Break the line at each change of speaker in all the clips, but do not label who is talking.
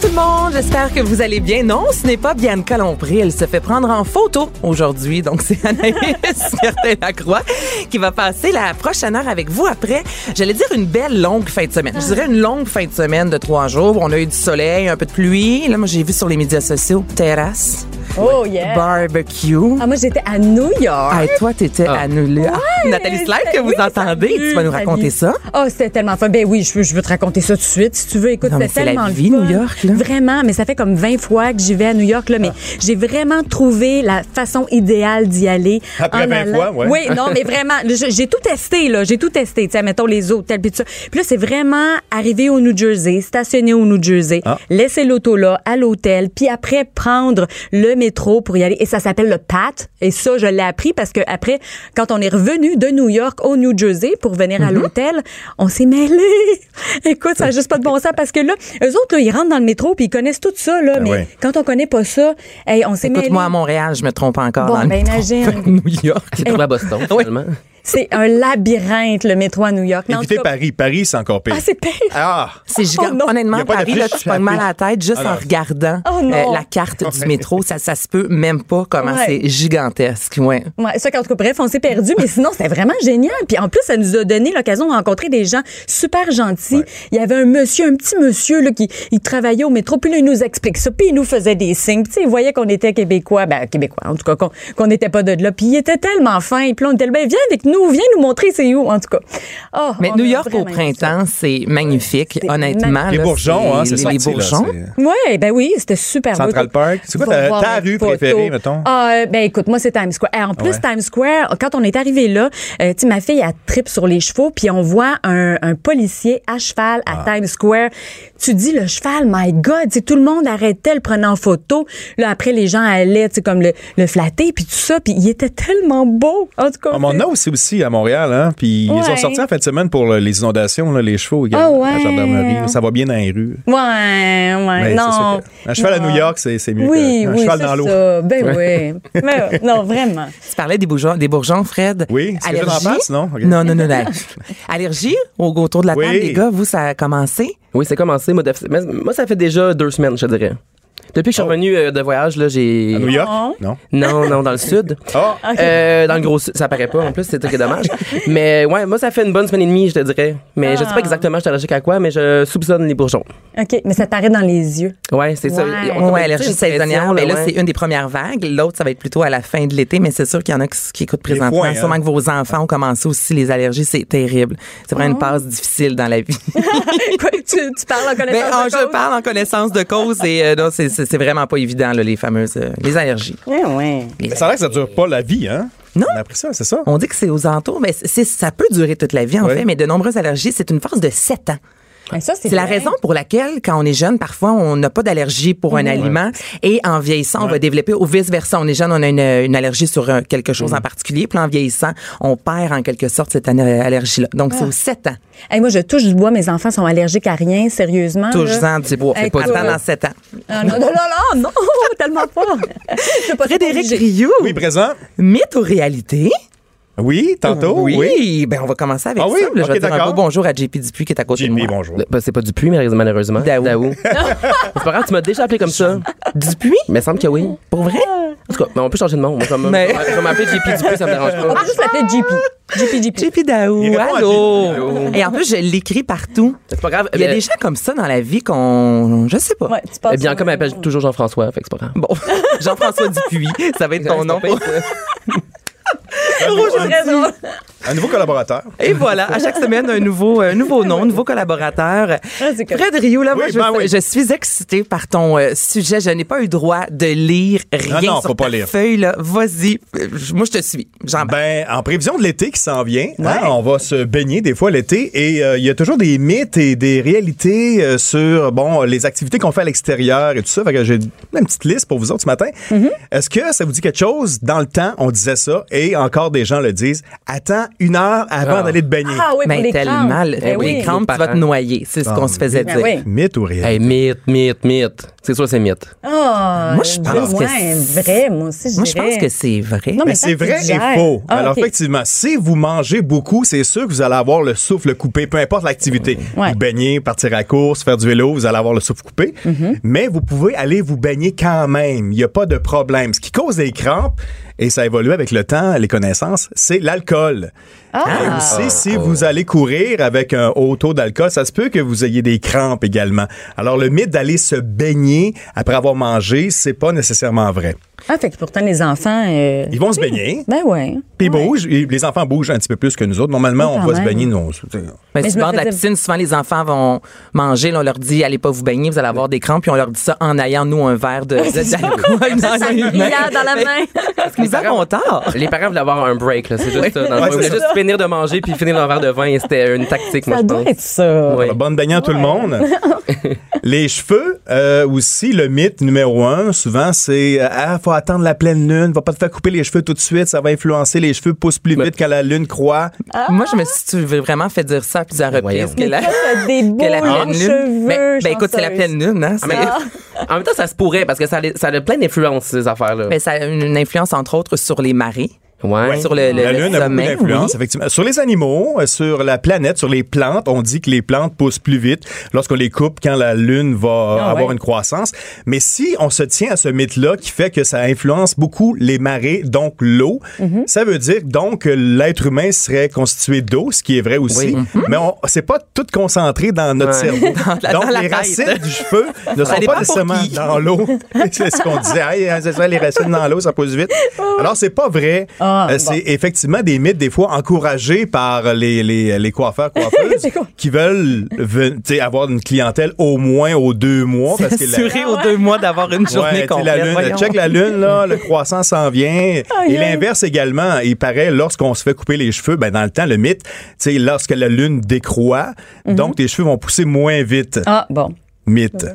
Tout le monde, j'espère que vous allez bien. Non, ce n'est pas Bianca Lompré. Elle se fait prendre en photo aujourd'hui. Donc, c'est Anaïs Gertin-Lacroix qui va passer la prochaine heure avec vous après. J'allais dire une belle longue fin de semaine. Je dirais une longue fin de semaine de trois jours. On a eu du soleil, un peu de pluie. Là, moi, j'ai vu sur les médias sociaux, terrasse,
Oh yeah!
barbecue.
Ah, moi, j'étais à New York.
Ah, et toi, t'étais annulée. Ah, Nathalie Slide, que vous
Oui, ça
entendez,
a
tu vas
vu,
nous raconter
vie.
ça.
Oh, c'était tellement fun. Ben oui, je, veux- je veux te raconter ça tout de suite, si tu veux. Écoute,
Non, mais
c'était
c'est la
tellement le
vie,
fun.
New York, là. Ah.
Vraiment, mais ça fait comme 20 fois que j'y vais à New York, là, mais j'ai vraiment trouvé la façon idéale d'y aller.
Après
en
20
allant-
fois, ouais.
Oui, Eh, non, mais vraiment, je- j'ai tout testé, là. J'ai tout testé, tu sais, mettons les hôtels, puis tout ça. Puis là, c'est vraiment arrivé au New Jersey, stationner au New Jersey,
Ah.
laisser l'auto là, à l'hôtel, puis après prendre le métro pour y aller. Et ça s'appelle le PAT. Et ça, je l'ai appris parce que après, quand on est revenu de New York au New Jersey pour venir
Mhm.
à l'hôtel, on s'est mêlé. Écoute, ça n'a juste pas de bon sens parce que là, eux autres, là, ils rentrent dans le métro puis ils connaissent tout ça,
Ben
là. mais
ouais.
quand on connaît pas ça, hey, on s'est mêlé.
Écoute-moi, à Montréal, je me trompe encore
Bon,
dans le
ben,
métro
imagine.
de New York.
C'est trouvé à Boston, finalement.
C'est un labyrinthe, le métro à New York. Mais en
Évitez
tout cas-
Paris. Paris, c'est encore pire.
Ah, c'est pire.
Ah!
C'est gigant.
Oh non.
Honnêtement,
Y a pas
Paris,
d'affiche
là, tu te
sur la
pognes mal à la
piste.
tête juste
Ah non.
en regardant euh,
Oh non.
la carte du métro. Ça, ça se peut même pas comment
Ouais. Oh,
c'est gigantesque. Ouais.
Ouais, ça, en tout cas, bref, on s'est perdu, mais sinon, c'était vraiment génial. Puis en plus, ça nous a donné l'occasion de rencontrer des gens super gentils. Il y avait un monsieur, un petit monsieur, là, qui il travaillait au métro, puis là, il nous explique ça, puis il nous faisait des signes. Puis, tu sais, il voyait qu'on était Québécois, ben, Québécois, en tout cas, qu'on qu'on n'était pas de là. Puis il était tellement fin, puis là, on était, ben, viens avec nous, viens nous montrer c'est où, en tout cas. Oh,
Mais
on
New
a
York au
vraiment aimé ça.
printemps, c'est magnifique,
C'est
honnêtement.
magnifique.
Les
là,
bourgeons, hein, c'est
les-
sorti,
Les
là,
bourgeons.
c'est-
Ouais, ben oui, c'était super beau.
Central Park. C'est quoi
Va
ta-
voir
ta
les
rue
photos.
préférée, mettons?
Ah, euh, ben écoute, moi, c'est Times Square. Eh, en plus,
ouais?
Times Square, quand on est arrivé là, euh, tu sais, ma fille, elle tripe sur les chevaux, puis on voit un, un policier à cheval à
Ah.
Times Square. Tu dis, le cheval, my God, tu sais, tout le monde arrêtait, le prenait en photo. Là, après, les gens allaient, tu sais, comme le, le flatter, puis tout ça, puis il était tellement beau. En tout cas,
Ah, mais on
c'est-
a aussi, aussi à Montréal, hein? Puis ils
Ouais.
ont sorti en fin de semaine pour euh, les inondations, là, les chevaux également,
Ah, ouais.
à la gendarmerie. Ça va bien dans les rues.
Ouais, ouais,
Mais c'est
non.
sûr que un cheval
non.
à New York, c'est c'est mieux
Oui,
qu'un
oui,
cheval
c'est
dans l'eau.
ça. Ben oui. Ben oui. non, vraiment.
Tu parlais des bourgeons, des bourgeons Fred.
Oui, c'est que j'ai
Allergie?
d'en face, non? Ok.
Non, non, non, non. Allergie au autour de la table,
Oui.
les gars, vous, ça a commencé?
Oui, c'est commencé. Moi, def- mais- moi, ça fait déjà deux semaines, je dirais. Depuis que je
Oh.
suis revenu euh, de voyage, là, j'ai.
À New York?
Non.
Non.
Non, non, dans le sud.
Ah!
Euh, dans le gros sud. Ça paraît pas, en plus, c'est ça qui est dommage. mais ouais, moi, ça fait une bonne semaine et demie, je te dirais. Mais je sais pas exactement, je suis allergique à quoi, mais je soupçonne les bourgeons.
OK, mais ça t'arrête dans les yeux.
Ouais, c'est ça.
Ouais.
On tombe-
Oui,
tu
allergie
sais, une pression,
saisonnière. Mais là,
ouais.
c'est une des premières vagues. L'autre, ça va être plutôt à la fin de l'été, mais c'est sûr qu'il y en a qui, qui écoutent
Des
présentement.
fois, hein.
Sûrement que vos enfants ont commencé aussi les allergies. C'est terrible. C'est vraiment une passe difficile dans la vie.
Quoi, tu, tu parles en
Mais
connaissance
en-
de
Ben, ah, je
cause?
parle en connaissance de cause et euh, non, c'est- c'est c'est vraiment pas évident, là, les fameuses euh, les allergies.
Eh ouais.
Mais ça a l'air que ça dure pas la vie, hein?
Non.
On a appris ça, c'est ça?
On dit que c'est aux entours, mais c'est- ça peut durer toute la vie, en
Oui.
fait, mais de nombreuses allergies, c'est une phase de 7 ans.
Ben ça,
C'est la
vrai.
raison pour laquelle, quand on est jeune, parfois, on n'a pas d'allergie pour un aliment. Et en vieillissant, on va développer, ou vice-versa, on est jeune, on a une, une allergie sur euh, quelque chose
Mm.
en particulier. Puis en vieillissant, on perd en quelque sorte cette an- allergie-là. Donc,
Ah.
c'est aux 7 ans.
Hey, moi, je touche du bois. Mes enfants sont allergiques à rien, sérieusement. là.
Touche-en du bois.
Ah. Hey,
C'est pas
écoute.
Attends dans 7 ans.
Ah, non, non, non, non, non, tellement pas. Je veux pas te
Frédéric
corriger.
Rioux,
Oui, présent?
mythe ou réalité?
Oui, tantôt?
Oui, ben on va commencer avec
Ah oui?
ça. Là, je
Ok,
vais dire un
d'accord.
beau bonjour à JP Dupuis qui est à côté de moi.
JP, bonjour.
Bah, c'est pas Dupuis, mais malheureusement.
Daou.
c'est pas grave, tu m'as déjà appelé comme ça.
Dupuis?
Mais il me semble que oui.
Pour vrai?
En tout cas, mais on peut changer de nom. Moi, je vais m-
Mais-
je vais m'appeler JP Dupuis, ça me dérange
On
pas.
peut juste l'appeler JP. JP, JP.
JP Daou,
Il répond à
allô?
JP Daou.
Et en plus, je l'écris partout.
C'est pas grave.
Il y a
mais-
des gens comme ça dans la vie qu'on... Je sais pas.
Ouais, tu passes
Eh bien,
sur-
comme elle m'appelle toujours Jean-François, fait que c'est pas grave.
Bon, Jean-François Dupuis, ça va être ton nom.
Un nouveau-
Très drôle.
Un nouveau collaborateur.
Et voilà, à chaque semaine, un nouveau, un nouveau nom, un nouveau collaborateur.
Ah, c'est cool.
Fred Rioux, là, moi,
Oui,
je,
ben oui.
je suis excitée par ton euh, sujet. Je n'ai pas eu droit de lire rien
non,
sur
faut pas
ta
lire.
feuille. là. Vas-y, Euh, je- moi, je te suis. J'en
Ben, en prévision de l'été qui s'en vient, hein, on va se baigner des fois l'été et euh, il y a toujours des mythes et des réalités euh, sur bon les activités qu'on fait à l'extérieur et tout ça. Fait que j'ai une petite liste pour vous autres ce matin. Est-ce que ça vous dit quelque chose Dans le temps, on disait ça et encore des gens le disent. Attends une heure avant
Ah.
d'aller te baigner.
Ah oui,
Mais
pour les
tellement,
crampes.
le-
Ben
oui.
les crampes, tu vas te noyer. C'est
Ah,
ce qu'on se faisait
Ben
dire.
oui.
Mythe ou réel?
Hey, mythe, mythe, mythe. C'est sûr, c'est mythe.
Ah,
Moi, je pense que
ouais,
c'est-
vrai, moi aussi, je
Moi, je
dirais.
pense que c'est vrai.
Non,
Mais
Mais ça,
c'est
tu
vrai et
digères.
faux.
Ah,
Alors,
ok.
effectivement, si vous mangez beaucoup, c'est sûr que vous allez avoir le souffle coupé, peu importe l'activité.
Ouais.
Vous baignez, partir à la course, faire du vélo, vous allez avoir le souffle coupé.
Mm-hmm.
Mais vous pouvez aller vous baigner quand même. Il n'y a pas de problème. Ce qui cause des crampes, et ça évolue avec le temps, les connaissances, c'est l'alcool.
Ah!
Et aussi, si vous allez courir avec un haut taux d'alcool, ça se peut que vous ayez des crampes également. Alors, le mythe d'aller se baigner après avoir mangé, c'est pas nécessairement vrai.
Ah, fait que pourtant, les enfants. euh,
Ils vont se baigner.
Ben ouais.
Puis ils
Ouais.
bougent, et les enfants bougent un petit peu plus que nous autres. Normalement,
Oui,
on
quand
va se
même.
baigner, non. c'est-
Mais
Mais
sur
je
le
me
bord de la
faisais-
piscine, souvent les enfants vont manger, là, on leur dit allez pas vous baigner, vous allez avoir des crampes, puis on leur dit ça en ayant nous un verre de, de- d'alcool dans
Ça
les
brille
mains.
dans la main.
Parce que nous avons tort.
Les parents voulaient avoir un break, là. C'est juste ça. Dans le
Ouais,
fond, ils voulaient
c'est
juste finir de manger puis finir leur verre de vin. Et C'était une tactique, moi,
Ça
je
doit
pense.
être ça.
Oui.
Bonne baignée à tout le monde. les cheveux, euh, aussi, le mythe numéro un, souvent, c'est euh, Ah, faut attendre la pleine lune, va pas te faire couper les cheveux tout de suite, ça va influencer, les cheveux poussent plus
Mais-
vite quand la lune croît.
Ah.
Moi, je me suis vraiment fait dire ça à plusieurs
Voyons.
reprises. Que la,
Toi, t'as des beaux
que la
longs
pleine lune.
cheveux.
Ben, ben, écoute, c'est la
chanceuse.
pleine
Ah.
lune,
Ah,
hein?
Mais-
c'est-
en même temps, ça se pourrait parce que ça, a- ça a plein d'influences, ces affaires-là.
Ben, ça a une une influence, entre autres, sur les marées.
Ouais.
Sur le, le-
la
le
lune a beaucoup
sommeil.
d'influence,
oui.
effectivement. Sur les animaux, euh, sur la planète, sur les plantes, on dit que les plantes poussent plus vite lorsqu'on les coupe quand la lune va
Ah,
avoir
ouais.
une croissance. Mais si on se tient à ce mythe-là qui fait que ça influence beaucoup les marées, donc l'eau,
Mhm.
ça veut dire donc que l'être humain serait constitué d'eau, ce qui est vrai aussi. Mais on, c'est pas tout concentré dans notre
Ouais.
cerveau.
la-
donc
Mhm. dans la
les
tête.
racines du cheveu ne sont
dépend
pas
pour
nécessairement
qui.
dans l'eau. c'est ce qu'on disait. Hey, hein, c'est ça, les racines dans l'eau, ça pousse vite. Alors c'est pas vrai.
Ah,
Euh, c'est- c'est effectivement des mythes, des fois encouragés par les, les, les coiffeurs, coiffeuses,
C'est quoi?
qui veulent ve- tu sais, avoir une clientèle au moins aux deux mois. Parce que la-
Assuré aux deux mois d'avoir une journée
Ouais, tu sais,
complète.
la lune,
voyons.
check la lune, là, le croissant s'en vient.
Aïe, aïe.
Et l'inverse également, il paraît, lorsqu'on se fait couper les cheveux, ben, dans le temps, le mythe, tu sais, lorsque la lune décroît, donc tes cheveux vont pousser moins vite.
Mm-hmm. Ah, bon.
Mythe.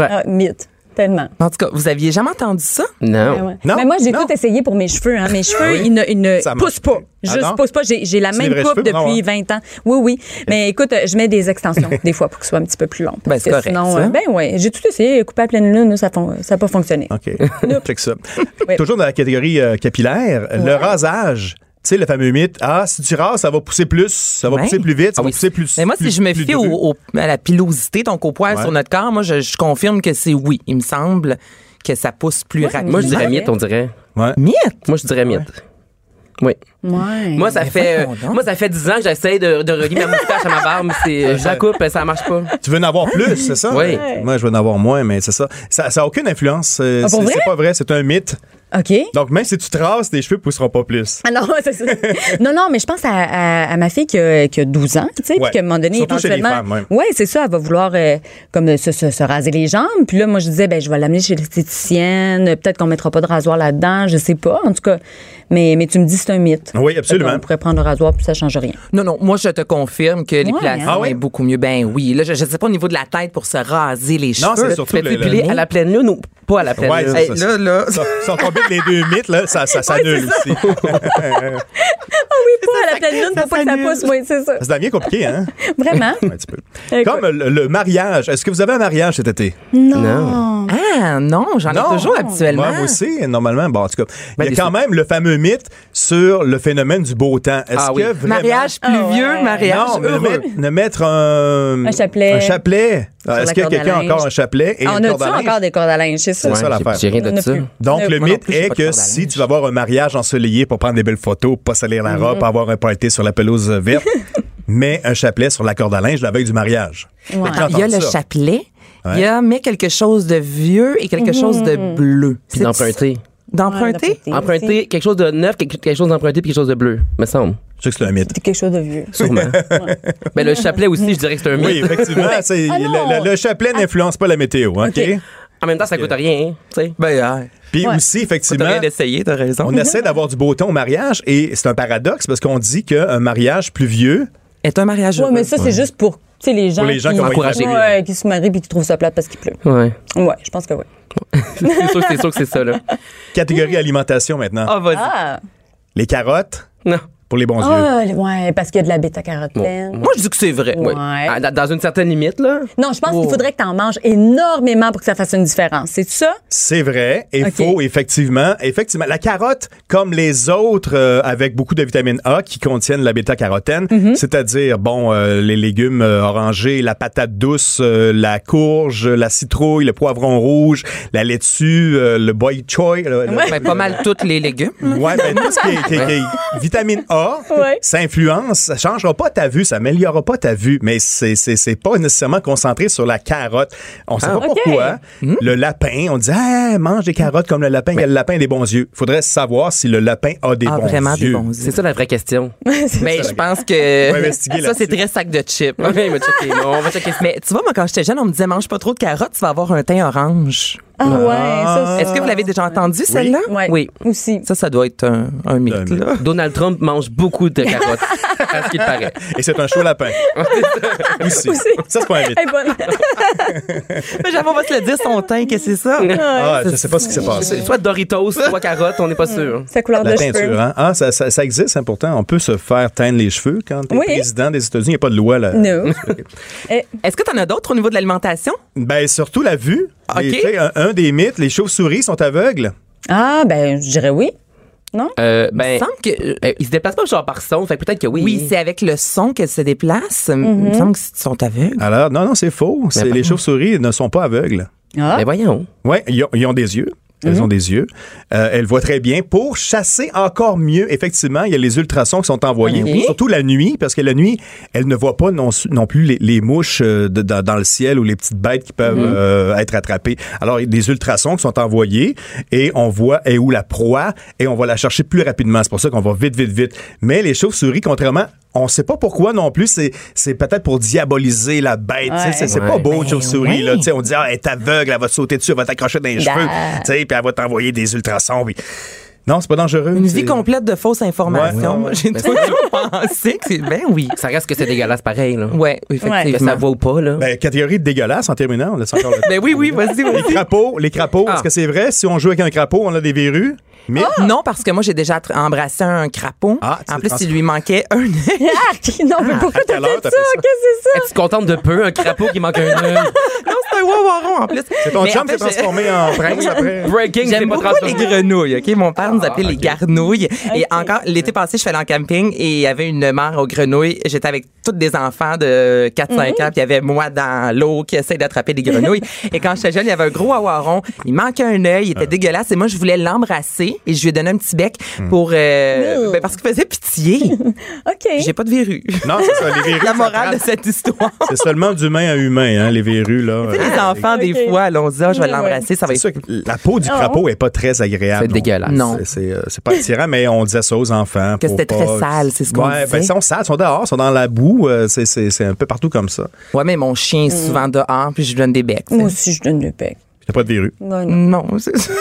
Ah, mythe. Tellement.
En tout cas, vous aviez jamais entendu ça?
Ah
Non.
ouais.
Non,
Mais moi, j'ai
non. Ah
tout essayé pour mes cheveux. Hein. Mes cheveux, ils ne, ils ne
Ça marche.
poussent pas.
Ah
Juste
non?
poussent pas. J'ai j'ai la
C'est des
même
vrais
coupe
cheveux? Non, hein?
depuis 20 ans. Oui, oui. Mais écoute, euh, je mets des extensions des fois pour que ce soit un petit peu plus long. Parce
c'est
que
correct,
sinon,
ça.
euh, ben oui, j'ai tout essayé. Couper à pleine lune, ça n'a ça a pas fonctionné.
OK. Check ça. Toujours dans la catégorie euh, capillaire, le rasage. Tu sais, le fameux mythe, ah, si tu rases, ça va pousser plus, ça va
Ouais.
pousser plus vite, ça
Ah
va
oui.
pousser plus.
Mais moi,
plus-
si je me
plus
fie au,
dru.
au- à la pilosité, donc au poil
Ouais.
sur notre corps, moi, je, je confirme que c'est oui. Il me semble que ça pousse plus rapidement.
Moi, je dirais
Ouais.
mythe, on dirait.
Ouais.
Miette!
Moi, je dirais mythe. Oui.
Ouais.
Moi, ça fait, euh,
voyons donc.
moi, ça fait 10 ans que j'essaye de, de relier ma moustache à ma barbe. mais C'est, je la coupe, ça marche pas.
Tu veux en
Ah.
avoir plus, c'est ça?
Oui.
Moi, je veux en avoir moins, mais c'est ça. Ça n'a aucune influence. euh,
Ah,
c'est
pour vrai?
c'est pas vrai, c'est un mythe.
OK.
Donc, même si tu te rases, tes cheveux pousseront pas plus.
Ah non, c'est ça. non, non, mais je pense à, à- à ma fille qui a, qui a 12 ans, tu sais,
Ouais.
puis qu'à un moment donné,
Surtout chez les
éventuellement.
femmes,
ouais, c'est ça, elle va vouloir euh, comme euh, se, se- se raser les jambes. Puis là, moi, je disais, ben, je vais l'amener chez l'esthéticienne. euh, Peut-être qu'on mettra pas de rasoir là-dedans, je sais pas, en tout cas. Mais, mais tu me dis, c'est un mythe.
Oui, absolument.
On pourrait prendre le rasoir, puis ça change rien.
Non, non, moi, je te confirme que l'épilation
Ah ouais?
est beaucoup mieux. Ben oui. Là, je ne sais pas au niveau de la tête pour se raser les cheveux.
c'est surtout
Mais tu
le-
sais, épiler
le-
à la pleine lune ou pas à la pleine
Ouais,
lune?
c'est ça,
Hey, là,
c'est
là,
Ça, ça combine les deux mythes, là, ça, ça s'annule aussi.
Pas à la pleine lune, faut pas que ça pousse, oui, c'est ça.
Ça devient compliqué, hein?
Vraiment?
Un petit peu.
Écoute.
Comme le, le mariage. Est-ce que vous avez un mariage cet été?
Non.
Ah, non, j'en
Non.
ai toujours habituellement.
Ouais, moi aussi, normalement. Bon, en tout cas,
Ben,
il
des
y a quand
sou-
même le fameux mythe sur le phénomène du beau temps. Est-ce
Ah
que
oui.
vraiment...
Mariage
Ah ouais.
pluvieux, mariage
Non, mais de
heureux.
mettre, de mettre un...
Un chapelet.
Un chapelet.
Sur
Est-ce
la
qu'il y a
corde à
quelqu'un
linge.
encore un chapelet et
Ah,
une
on
corde à
a-tu
linge?
encore des cordes à linge, c'est ça?
C'est ça l'affaire.
J'ai rien
On en
de
a
ça.
plus.
Donc,
Euh,
le
moi non
mythe
plus, j'ai
est
pas de
que
corde à
si
linge.
tu vas avoir un mariage ensoleillé pour prendre des belles photos, pas salir la robe, pas avoir un party sur la pelouse verte, mets un chapelet sur la corde à linge la veille du mariage.
Ouais.
J'ai
Il y a
entendu
le
ça.
chapelet. Il y a, mais quelque chose de vieux et quelque chose de bleu.
Puis d'emprunter.
D'emprunter?
Ouais,
Emprunter quelque chose de neuf, quelque quelque chose d'emprunté, puis quelque chose de bleu, me semble.
Je sais que c'est un mythe.
C'est quelque chose de vieux.
Sûrement. Ben, le chapelet aussi, je dirais que c'est un mythe.
Oui, effectivement. c'est-
Ah
le,
non.
le- le chapelet n'influence pas la météo. OK?
OK.
En même temps, ça coûte rien, hein, tu sais.
Ben,
Puis
Ouais.
aussi,
tu t'as
effectivement,
rien essayé, t'as raison.
on essaie d'avoir du beau temps au mariage et c'est un paradoxe parce qu'on dit qu'un mariage pluvieux,
Est un mariage
Oui,
heureux.
mais ça, c'est juste pour tu sais, les gens,
Pour les gens qui ont
encouragé.
Ouais, qui se marient puis qui trouvent ça plate parce qu'il pleut.
Ouais.
Ouais, je pense que oui.
C'est sûr, c'est sûr que c'est ça, là.
catégorie alimentation maintenant.
Ah, vas-y.
Ah,
Les carottes,
Non.
pour les bons yeux.
Ah, ouais, parce qu'il y a de la bêta-carotène.
Moi, je dis que c'est vrai. oui.
Ouais.
Ah, da- Dans une certaine limite, là.
Non, je pense
Oh.
qu'il faudrait que tu en manges énormément pour que ça fasse une différence. C'est ça?
C'est vrai et
Ok.
faux, effectivement. Effectivement, la carotte, comme les autres, euh, avec beaucoup de vitamine A qui contiennent la bêta-carotène,
Mhm.
c'est-à-dire, bon, euh, les légumes euh, orangés, la patate douce, euh, la courge, la citrouille, le poivron rouge, la laitue, euh, le boy choy. le- le-
Ben, pas mal tous les légumes.
Ouais, ben, tout ce qui est, qui est- qui est vitamine A,
Ouais.
ça influence, ça changera pas ta vue, ça améliorera pas ta vue, mais c'est, c'est, c'est pas nécessairement concentré sur la carotte. On sait pas
ok.
pourquoi. Le lapin, on dit, ah, mange des carottes comme le lapin, il y a le lapin a des bons yeux. Faudrait savoir si le lapin a des
Ah,
bons
vraiment
yeux.
des bons yeux.
C'est ça la vraie question.
Mais je pense
On va
que
investiguer
ça, c'est
là-dessus.
très sac de chips.
Ok, il m'a checké. Non, on va checker ça.
Mais tu vois, moi, quand j'étais jeune, on me disait mange pas trop de carottes, tu vas avoir un teint orange.
Ah, ouais, ça
Est-ce que vous l'avez déjà entendu, celle-là?
Ouais.
Euh, Oui.
Aussi.
Ça, ça doit être un, un mythe,
mythe.
là.
Donald Trump mange beaucoup de carottes. à ce qu'il paraît.
Et c'est un chaud lapin. Aussi. Ça, c'est pas un mythe.
Eh, bonne-
Mais j'avoue, on va se le dire, son teint, que c'est ça.
Ah, je sais pas ce qui s'est passé.
C'est soit Doritos, soit carottes, on n'est pas sûr.
Sa couleur
La
de
teinture,
cheveux.
hein? Ah, ça, ça, ça existe, hein, pourtant. On peut se faire teindre les cheveux quand t'es
Oui.
président des États-Unis. Il n'y a pas de loi, là.
No. Eh,
Est-ce que t'en as d'autres au niveau de l'alimentation?
Ben, surtout la vue.
Ok.
Les- tu sais, un, un des mythes, les chauves-souris sont aveugles.
Ah, ben, je dirais oui.
Euh,
Il me
ben,
semble que.
euh, il se déplace pas genre par son, fait que peut-être que oui.
Oui, c'est avec le son qu'elles se déplacent. Il me semble qu'ils sont aveugles.
Alors, non, non, c'est faux. C'est- les chauves-souris ne sont pas aveugles.
Ah,
Mais Ben, voyons.
Ben Oui, ils, ont- ils ont des yeux. Elles ont des yeux. Euh, elles voient très bien. Pour chasser encore mieux, effectivement, il y a les ultrasons qui sont envoyés.
Oui.
Surtout la nuit, parce que la nuit, elles ne voient pas non, su- non plus les, les mouches euh, de- dans, dans le ciel ou les petites bêtes qui peuvent euh, être attrapées. Alors, il y a des ultrasons qui sont envoyés et on voit est où la proie et on va la chercher plus rapidement. C'est pour ça qu'on va vite, vite, vite. Mais les chauves-souris, contrairement, on sait pas pourquoi non plus. C'est c'est peut-être pour diaboliser la bête. Tu sais, C'est c'est pas
Ouais.
Ben
beau, une chauve-souris. là.
ouais.
Tu sais, On dit, ah, elle est aveugle, elle va te sauter dessus, elle va t'accrocher dans les
Bah.
cheveux, tu sais, puis elle va t'envoyer des ultrasons. puis- Non, c'est pas dangereux.
Une
c'est-
vie complète de fausses informations.
Ouais.
Moi, J'ai
Mais
toujours pensé que c'est. Ben oui.
Ça reste que c'est dégueulasse pareil, là.
Ouais,
Que ça
effectivement.
voit ou pas, là.
Ben, catégorie de dégueulasse en terminant. On laisse encore le-
Ben oui, oui, vas-y,
Les
vas-y.
crapauds, les crapauds,
Ah.
est-ce que c'est vrai? Si on joue avec un crapaud, on a des verrues. Mais
Non, parce que moi, j'ai déjà attra- embrassé un crapaud.
Ah, tu
en
t'es
plus,
trans-
il lui manquait un œil.
Arc! Non, mais pourquoi
à
t'as
Ah, quelle heure
fait ça?
t'as fait ça?
Qu'est-ce que c'est ça?
Tu te contentes de peu, un crapaud qui manque un œil.
Non, c'est un wawaron en plus.
c'est ton
Mais
chum
en
s'est
fait, j'ai-
transformé en prince après.
Breaking, c'est
J'aime
pas
beaucoup les
transformé.
grenouilles, OK? Mon père nous appelait les garnouilles. Et encore, l'été passé, je suis allée en camping et il y avait une mare aux grenouilles. J'étais avec toutes des enfants de 4-5 ans,
Mhm.
puis il y avait moi dans l'eau qui essaye d'attraper des grenouilles. et quand j'étais jeune, il y avait un gros awaron. Il manquait un œil, il était dégueulasse. Et moi, je voulais l'embrasser et je lui ai donné un petit bec pour... euh,
Mm.
ben, parce qu'il faisait pitié.
OK.
J'ai pas de verrue.
Non, c'est ça, les verrues.
La
ça
morale de
attrape.
cette histoire.
C'est seulement d'humain à humain, hein, les verrues. Là.
Tu sais, les
Euh,
enfants, des
Ok.
fois, allons dire, je vais
Ouais, ouais.
l'embrasser, ça va
C'est
être
sûr que la peau du crapaud est pas très agréable.
C'est dégueulasse.
Non.
C'est- C'est euh, c'est pas attirant, mais on disait ça aux enfants.
Que
pour
c'était très
pas-
sale, c'est ce qu'on
ouais,
disait.
Ben, ils sont sales, ils sont dehors, ils sont dans la boue. euh, c'est- c'est c'est un peu partout comme ça.
Ouais, mais mon chien
Hmm.
est souvent dehors, puis je lui donne des becs. tu sais.
Moi aussi, je donne le bec.
T'as pas de verrues.
Non, non.
Non, c'est ça.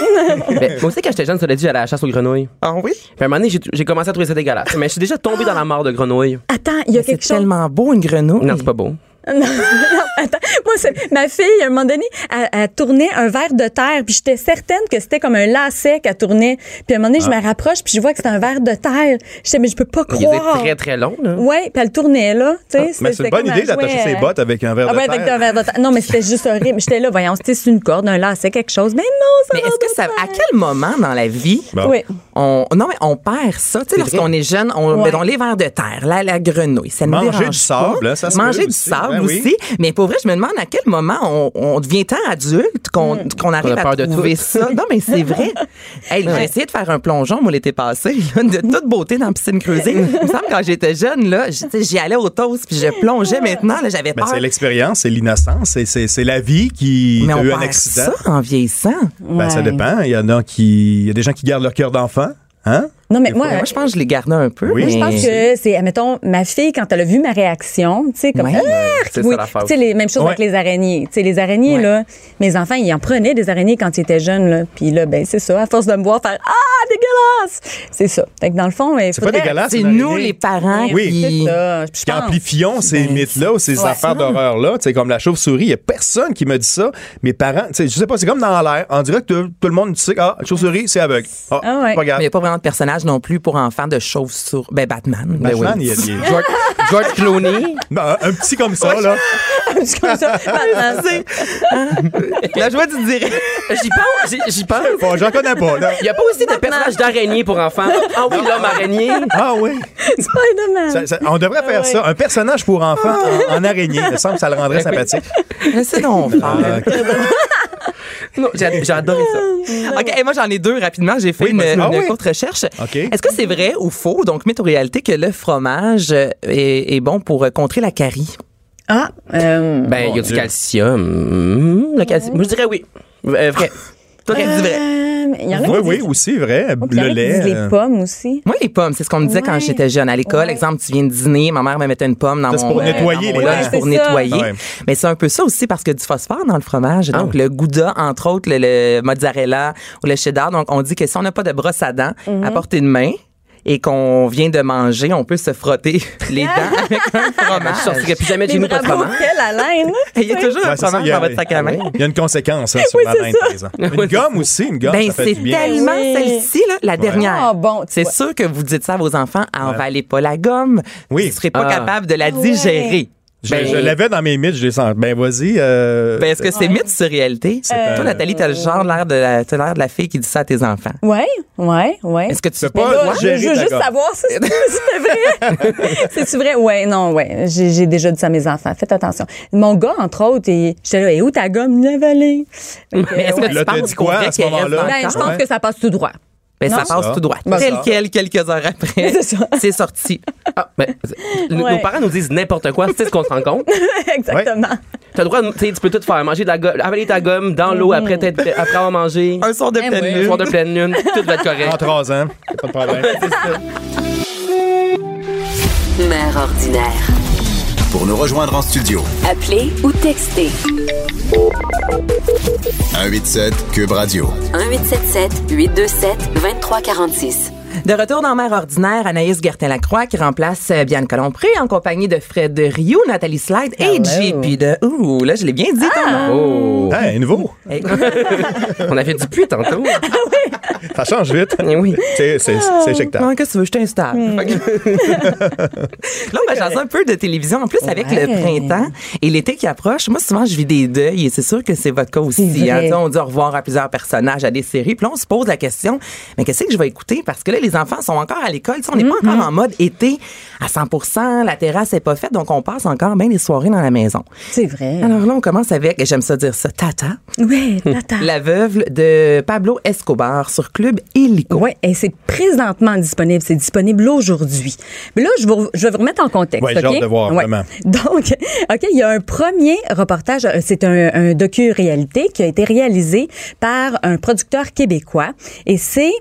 Ben, moi aussi, quand j'étais jeune, ça l'a dit, j'allais à la chasse aux grenouilles.
Ah oui?
Puis à un moment donné, j'ai- j'ai commencé à trouver ça dégueulasse. Mais je suis déjà tombé dans la mort de grenouilles.
Attends, il y a
C'est
quelque chose.
tellement beau, une grenouille.
Non, c'est pas beau.
Non, non, attends. Moi, c'est- ma fille, à un moment donné, elle, elle tournait un verre de terre, puis j'étais certaine que c'était comme un lacet qu'elle tournait. Puis à un moment donné,
Ah.
je me rapproche, puis je vois que c'était un verre de terre. J'étais, mais je peux pas
Il était
croire.
très, très long, là.
Ouais, puis elle tournait là, tu sais. c'était-
Ah, Mais c'est
c'était
une bonne
comme
idée
elle jouait,
d'attacher ses
euh,
bottes avec un verre
Ah
de
ouais,
terre.
avec un verre de terre. Non, mais c'était juste horrible. J'étais là, voyons, c'était sur une corde, un lacet, quelque chose. Mais non, ça
Mais est-ce que ça. À quel moment dans la vie.
Bon.
Oui.
On, non, mais on perd ça. Tu sais, lorsqu'on est jeune, on,
Ouais.
mettons, les vers de terre, là, la grenouille. Ça nous
Manger
dérange
du
pas.
sable, hein, ça se
Manger
peut
du
aussi.
sable
Ben oui.
aussi. Mais pour vrai, je me demande à quel moment on, on devient tant adulte qu'on
Mm.
qu'on arrive
peur
à
de
trouver
tout.
ça. Non, mais c'est vrai. Hey, J'ai essayé de faire un plongeon, moi, l'été passé, là, de toute beauté dans la piscine creusée. Il me semble, quand j'étais jeune, là, j- tu sais, j'y allais au toast, puis je plongeais maintenant. là, J'avais
Mais
peur.
Ben, c'est l'expérience, c'est l'innocence, c'est- c'est c'est la vie qui
Mais
a
on
eu un
perd
accident.
ça en vieillissant.
Ben, ça
Ouais.
dépend. Il y en a qui. Il y a des gens qui gardent leur cœur d'enfant. Hein?
Non, mais moi,
Moi, je pense que je les gardais un peu.
Oui.
mais-
je pense que c'est, admettons, ma fille, quand elle a vu ma réaction, tu sais, comme.
Ouais.
Ah,
c'est
oui.
ça, l'affaire.
Tu sais, les mêmes choses
Ouais.
avec les araignées. Tu sais, les araignées,
Ouais.
là, mes enfants, ils en prenaient des araignées quand ils étaient jeunes, là. Puis là, ben, c'est ça, à force de me voir faire Ah, dégueulasse! C'est ça. Fait que dans le fond, il
Ah, C'est pas
faudrait- Ah,
dégueulasse.
C'est
une
nous,
araignée.
les parents,
Oui.
qui...
C'est ça. Je
Qui
pense. Ben,
amplifions ces mythes-là ou ces
ouais.
affaires d'horreur-là. Tu sais, comme la chauve-souris, il n'y a personne qui me dit ça. Mes parents, tu sais, je sais pas, c'est comme dans l'air. En direct, tout tout le monde sait que ah, la chauve-souris, c'est aveugle. Ah,
Ah ouais.
c'est pas grave.
Mais il n'y a pas vraiment de personnage personnage non plus pour enfants de chauve-souris. Ben, Batman. Ben oui.
Batman, il y a des-
George, George Clooney.
Ben, un petit comme ça, là.
C'est comme ça. Batman, c'est-
La joie du direct. J'y pense. j'y- J'y pense.
Bon, j'en connais pas, là.
Il n'y a pas aussi de personnage d'araignée pour enfants. Ah oui, l'homme araignée.
Ah oui.
Spider-Man. Ah
Ça- ça- on devrait faire ça. Un personnage pour enfants en, en araignée. Il me semble que ça le rendrait sympathique.
Mais C'est donc fort.
Ah,
Non, j'ai j'ai adoré ça.
OK, et moi j'en ai deux rapidement. J'ai fait
Oui,
une,
vas-y.
une
Ah oui?
courte recherche.
OK.
Est-ce que c'est vrai ou faux, donc mythe ou réalité, que le fromage euh, est, est bon pour euh, contrer la carie?
Ah, euh,
Ben, il y a du
Dieu.
calcium. Mhm, le calcium. Moi, je dirais oui. Euh, vrai. Toi, tu dis vrai.
euh, il y en a qui
oui,
disent-
oui, aussi, vrai.
Oh, puis il y en
Le
a qui disent
lait.
les
euh,
pommes aussi.
Moi, les pommes, c'est ce qu'on me disait quand
Ouais.
j'étais jeune à l'école.
Ouais.
Exemple, tu viens de dîner, ma mère me mettait une pomme dans
Ça,
mon,
c'est pour
euh,
nettoyer,
dans mon
les
lunch
dents.
pour
Ouais, c'est ça.
nettoyer.
Ouais. Ah
Mais c'est un peu ça aussi parce qu'il y a du phosphore dans le fromage. Donc, le gouda, entre autres, le, le mozzarella ou le cheddar. Donc, on dit que si on n'a pas de brosse à dents
Mhm.
à portée de main, et qu'on vient de manger, on peut se frotter les dents avec un fromage.
Je
Ah,
sortirai ben, plus jamais de chez
Mais
nous pas de
bravo,
fromage.
quelle haleine!
Il y a toujours
ouais,
un
c'est ça,
fromage
il y a- Ah
dans votre sac à main.
Il y a une conséquence hein, sur la
c'est
laine,
ça.
par exemple. Une gomme aussi, une gomme,
Ben,
ça fait
c'est
du bien.
tellement
Oui.
celle-ci, là, la dernière.
Ah, bon, tu
c'est
vois.
sûr que vous dites ça à vos enfants, avalez pas la gomme.
Oui.
Vous serez pas
Ah.
capable de la digérer.
Je, je l'avais dans mes mythes, je les sens. Ben, vas-y. euh,
Ben, est-ce que c'est mythe ou c'est réalité?
Euh,
Toi, Nathalie, t'as le genre l'air de la, t'as l'air de la fille qui dit ça à tes enfants.
Ouais, ouais, ouais.
Est-ce que tu
C'est pas-
Là,
Ouais.
je, je veux
Gérer,
juste
d'accord.
savoir si c'est c'est vrai. C'est-tu vrai? Ouais, non, ouais. J'ai j'ai déjà dit ça à mes enfants. Faites attention. Mon gars, entre autres, il- j'étais là, et où ta gomme? Il l'a avalée. Fait que,
Mais est-ce que
ouais.
tu
Là, t'as
penses
dit
qu'on
quoi
dirait
à ce
qu'elle reste
moment-là?
dans le
Ben,
corps?
je pense
Ouais.
que ça passe tout droit.
Ben, ça
Non.
passe
Ah.
tout droit.
Ben,
Tel
ça.
quel, quelques heures après,
C'est ça.
c'est sorti.
Ah, ben, nos-
Ouais.
Nos parents nous disent n'importe quoi, c'est ce qu'on se rend compte.
Exactement.
T'as le droit, de- tu sais, tu peux tout faire, manger de la gomme, avaler ta gomme dans l'eau après,
Mm.
t'être- après avoir mangé,
Un son de
Eh
pleine
oui.
un
lune.
soir de pleine lune, tout va être correct.
En trois ans, pas de problème.
Mère ordinaire.
Pour nous rejoindre en studio,
Appelez ou textez
187 Cube Radio.
1877 827 2346.
De retour dans Mère ordinaire, Anaïs Gertin-Lacroix qui remplace euh, Bianca Lompré en compagnie de Fred de Rioux, Nathalie Slide et JP de... Ouh, là, je l'ai bien dit
Ah!
ton nom.
Oh.
Hey, nouveau.
Hey.
On avait du puits tantôt.
Ça change vite.
Eh oui.
C'est c'est-
Ah,
c'est éjectable.
Non, qu'est-ce que tu veux, je t'installe. Fait que- Hmm. là, on va jaser un peu de télévision. En plus, avec
Ouais.
le printemps et l'été qui approche, moi, souvent, je vis des deuils et c'est sûr que c'est votre cas aussi.
C'est
hein.
vrai.
Tu sais, On dit au revoir à plusieurs personnages, à des séries. Puis là, on se pose la question, mais qu'est-ce que je vais écouter? Parce que là, les enfants sont encore à l'école. Tu sais, On n'est pas
Mm-hmm.
encore en mode été à 100 la terrasse n'est pas faite, donc on passe encore bien des soirées dans la maison.
C'est vrai.
Alors là, on commence avec, et j'aime ça dire ça, Tata,
Oui, tata.
la veuve de Pablo Escobar sur Club Illico.
Oui, et c'est présentement disponible. C'est disponible aujourd'hui. Mais là, je, vous- je vais vous remettre en contexte.
Ouais, j'ai
OK?
hâte de voir,
Ouais.
vraiment.
Donc, OK, il y a un premier reportage. euh, C'est un, un docu-réalité qui a été réalisé par un producteur québécois. Et c'est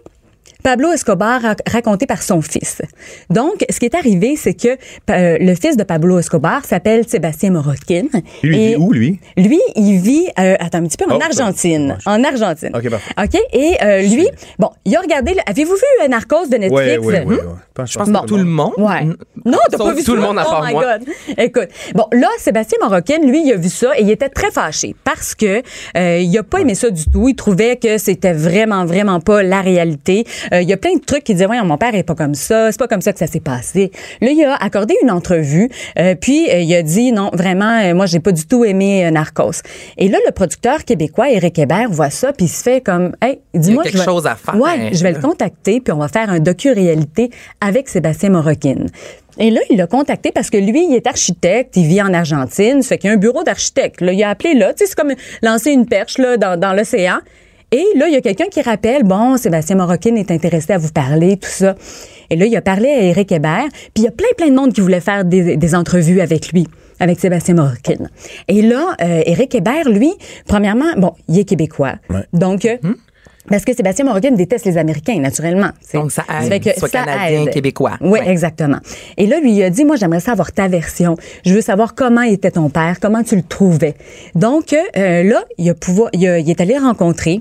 Pablo Escobar rac- raconté par son fils. Donc, ce qui est arrivé, c'est que euh, le fils de Pablo Escobar s'appelle Sébastien Morotkin.
Lui, il
Et-
vit où, lui?
lui, il vit, euh, attends un petit peu, en
Oh,
Argentine.
ça-
En Argentine.
Ok, parfait.
OK, et euh, lui, bon, il a regardé, le- avez-vous vu euh, Narcos de
Ouais,
Netflix?
ouais, ouais, ouais. Je pense
Tout le monde.
Ouais. Non, t'as
Sauf
pas vu
tout
ça?
le monde à
Oh
part
my
moi.
God. Écoute, bon, là, Sébastien Moroccan, lui, il a vu ça et il était très fâché parce que euh, il a pas aimé ça du tout. Il trouvait que c'était vraiment, vraiment pas la réalité. Euh, il y a plein de trucs qui disaient, ouais, mon père est pas comme ça, c'est pas comme ça que ça s'est passé. Là, il a accordé une entrevue, euh, puis euh, il a dit, non, vraiment, euh, moi, j'ai pas du tout aimé euh, Narcos. Et là, le producteur québécois, Éric Hébert, voit ça, puis il se fait comme, hey, dis-moi.
quelque
je vais-
chose à faire.
Ouais, je vais le contacter, puis on va faire un docu-réalité avec Sébastien Morokine. Et là, il l'a contacté parce que lui, il est architecte, il vit en Argentine, ça fait qu'il y a un bureau d'architecte. Là, il a appelé là, tu sais, c'est comme lancer une perche là, dans, dans l'océan. Et là, il y a quelqu'un qui rappelle, bon, Sébastien Morokine est intéressé à vous parler, tout ça. Et là, il a parlé à Éric Hébert, puis il y a plein, plein de monde qui voulait faire des, des entrevues avec lui, avec Sébastien Morokine. Et là, euh, Éric Hébert, lui, premièrement, bon, il est québécois.
Ouais.
Donc, euh, parce que Sébastien Morgan déteste les Américains, naturellement. tu sais.
Donc, ça aide,
fait
soit Canadien, Québécois.
Oui,
Ouais.
exactement. Et là, lui, il a dit, moi, j'aimerais savoir ta version. Je veux savoir comment était ton père, comment tu le trouvais. Donc, euh, là, il, a pouvoir, il, a- il est allé le rencontrer.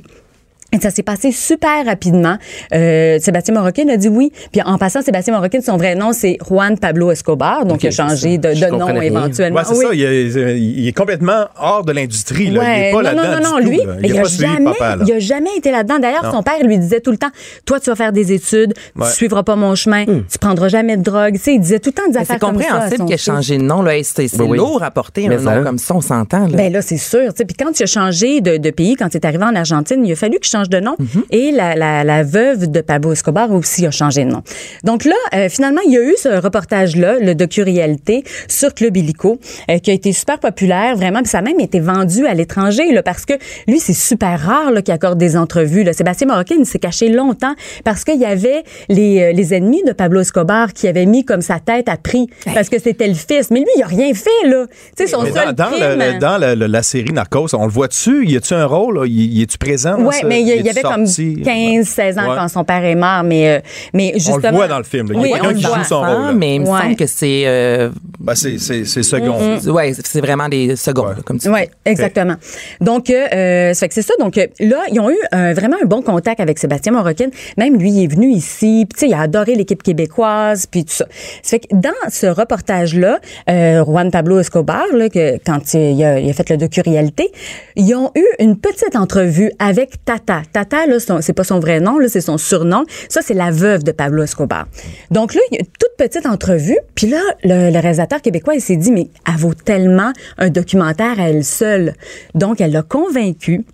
Et ça s'est passé super rapidement. Euh, Sébastien Marocain a dit oui. Puis en passant, Sébastien Marocain, son vrai nom, c'est Juan Pablo Escobar. Donc,
Ok,
il a changé de,
je
de nom
comprenais rien.
éventuellement.
Ouais, c'est
Oui.
ça. Il est, il est complètement hors de l'industrie. là. Il
Ouais,
n'est pas
non, non, non,
là-dedans.
non,
du tout,
lui,
là.
il
a
n'a
pas suivi
jamais,
papa. là.
il a jamais été là-dedans. D'ailleurs, son père lui disait tout le temps, toi, tu vas faire des études,
Ouais. Hmm.
tu suivras pas mon chemin, tu prendras jamais de drogue. Tu sais, il disait tout le temps des
Mais
affaires
C'est
comme Ben, ça. à
compréhensible
son
qu'il ait
fils.
changé de nom. là. Hey, C'est c'est
Oui, oui.
lourd à porter un
Mais ça,
nom
hein.
comme ça, on s'entend. là.
Ben là, c'est sûr. tu sais. Puis quand il a changé de, de pays, quand il est arrivé en Argentine, il a fallu qu'il change de nom.
Mhm.
Et la, la- la veuve de Pablo Escobar aussi a changé de nom. Donc là, euh, finalement, il y a eu ce reportage-là, le docu-réalité sur Club Illico, euh, qui a été super populaire, vraiment. Puis ça a même été vendu à l'étranger, là, parce que lui, c'est super rare là, qu'il accorde des entrevues. Là. Sébastien Marocain, il s'est caché longtemps parce qu'il y avait les, euh, les ennemis de Pablo Escobar qui avaient mis comme sa tête à prix parce que c'était le fils. Mais lui, il a rien fait, là. Tu sais, son
Mais
seul
dans, dans
crime-
le- le- dans le- le- la série Narcos, on le voit-tu? Y a-tu un rôle? là? Y, y est-tu présent? dans
Oui,
ce-
mais il y,
y
il y
est-tu
avait comme
sorti?
15, 16 ans
Ouais.
quand son père est mort, mais, euh, mais justement.
le voit dans le film, là. Il y a
Oui,
quelqu'un
on
qui
le
joue
voit.
son- rôle, là.
mais il me
Ouais.
semble que c'est euh,
Ben, c'est, c'est, c'est second.
Mm-hmm.
ouais, c'est vraiment des secondes, là, comme tu dis.
Oui, exactement. Donc, euh, euh, ça fait que c'est ça. Donc, euh, là, ils ont eu un- vraiment un bon contact avec Sébastien Marocaine. Même lui, il est venu ici. Puis, tu sais, il a adoré l'équipe québécoise, puis tout ça. Ça fait que dans ce reportage-là, euh, Juan Pablo Escobar, là, que, quand il a, il a fait le docu-réalité, ils ont eu une petite entrevue avec Tata. Tata, là, son- c'est pas son vrai nom, là, c'est son surnom. Ça, c'est la veuve de Pablo Escobar. Donc là, il y a une toute petite entrevue. Puis là, le, le réalisateur québécois, il s'est dit, mais elle vaut tellement un documentaire à elle seule. Donc, elle l'a convaincu.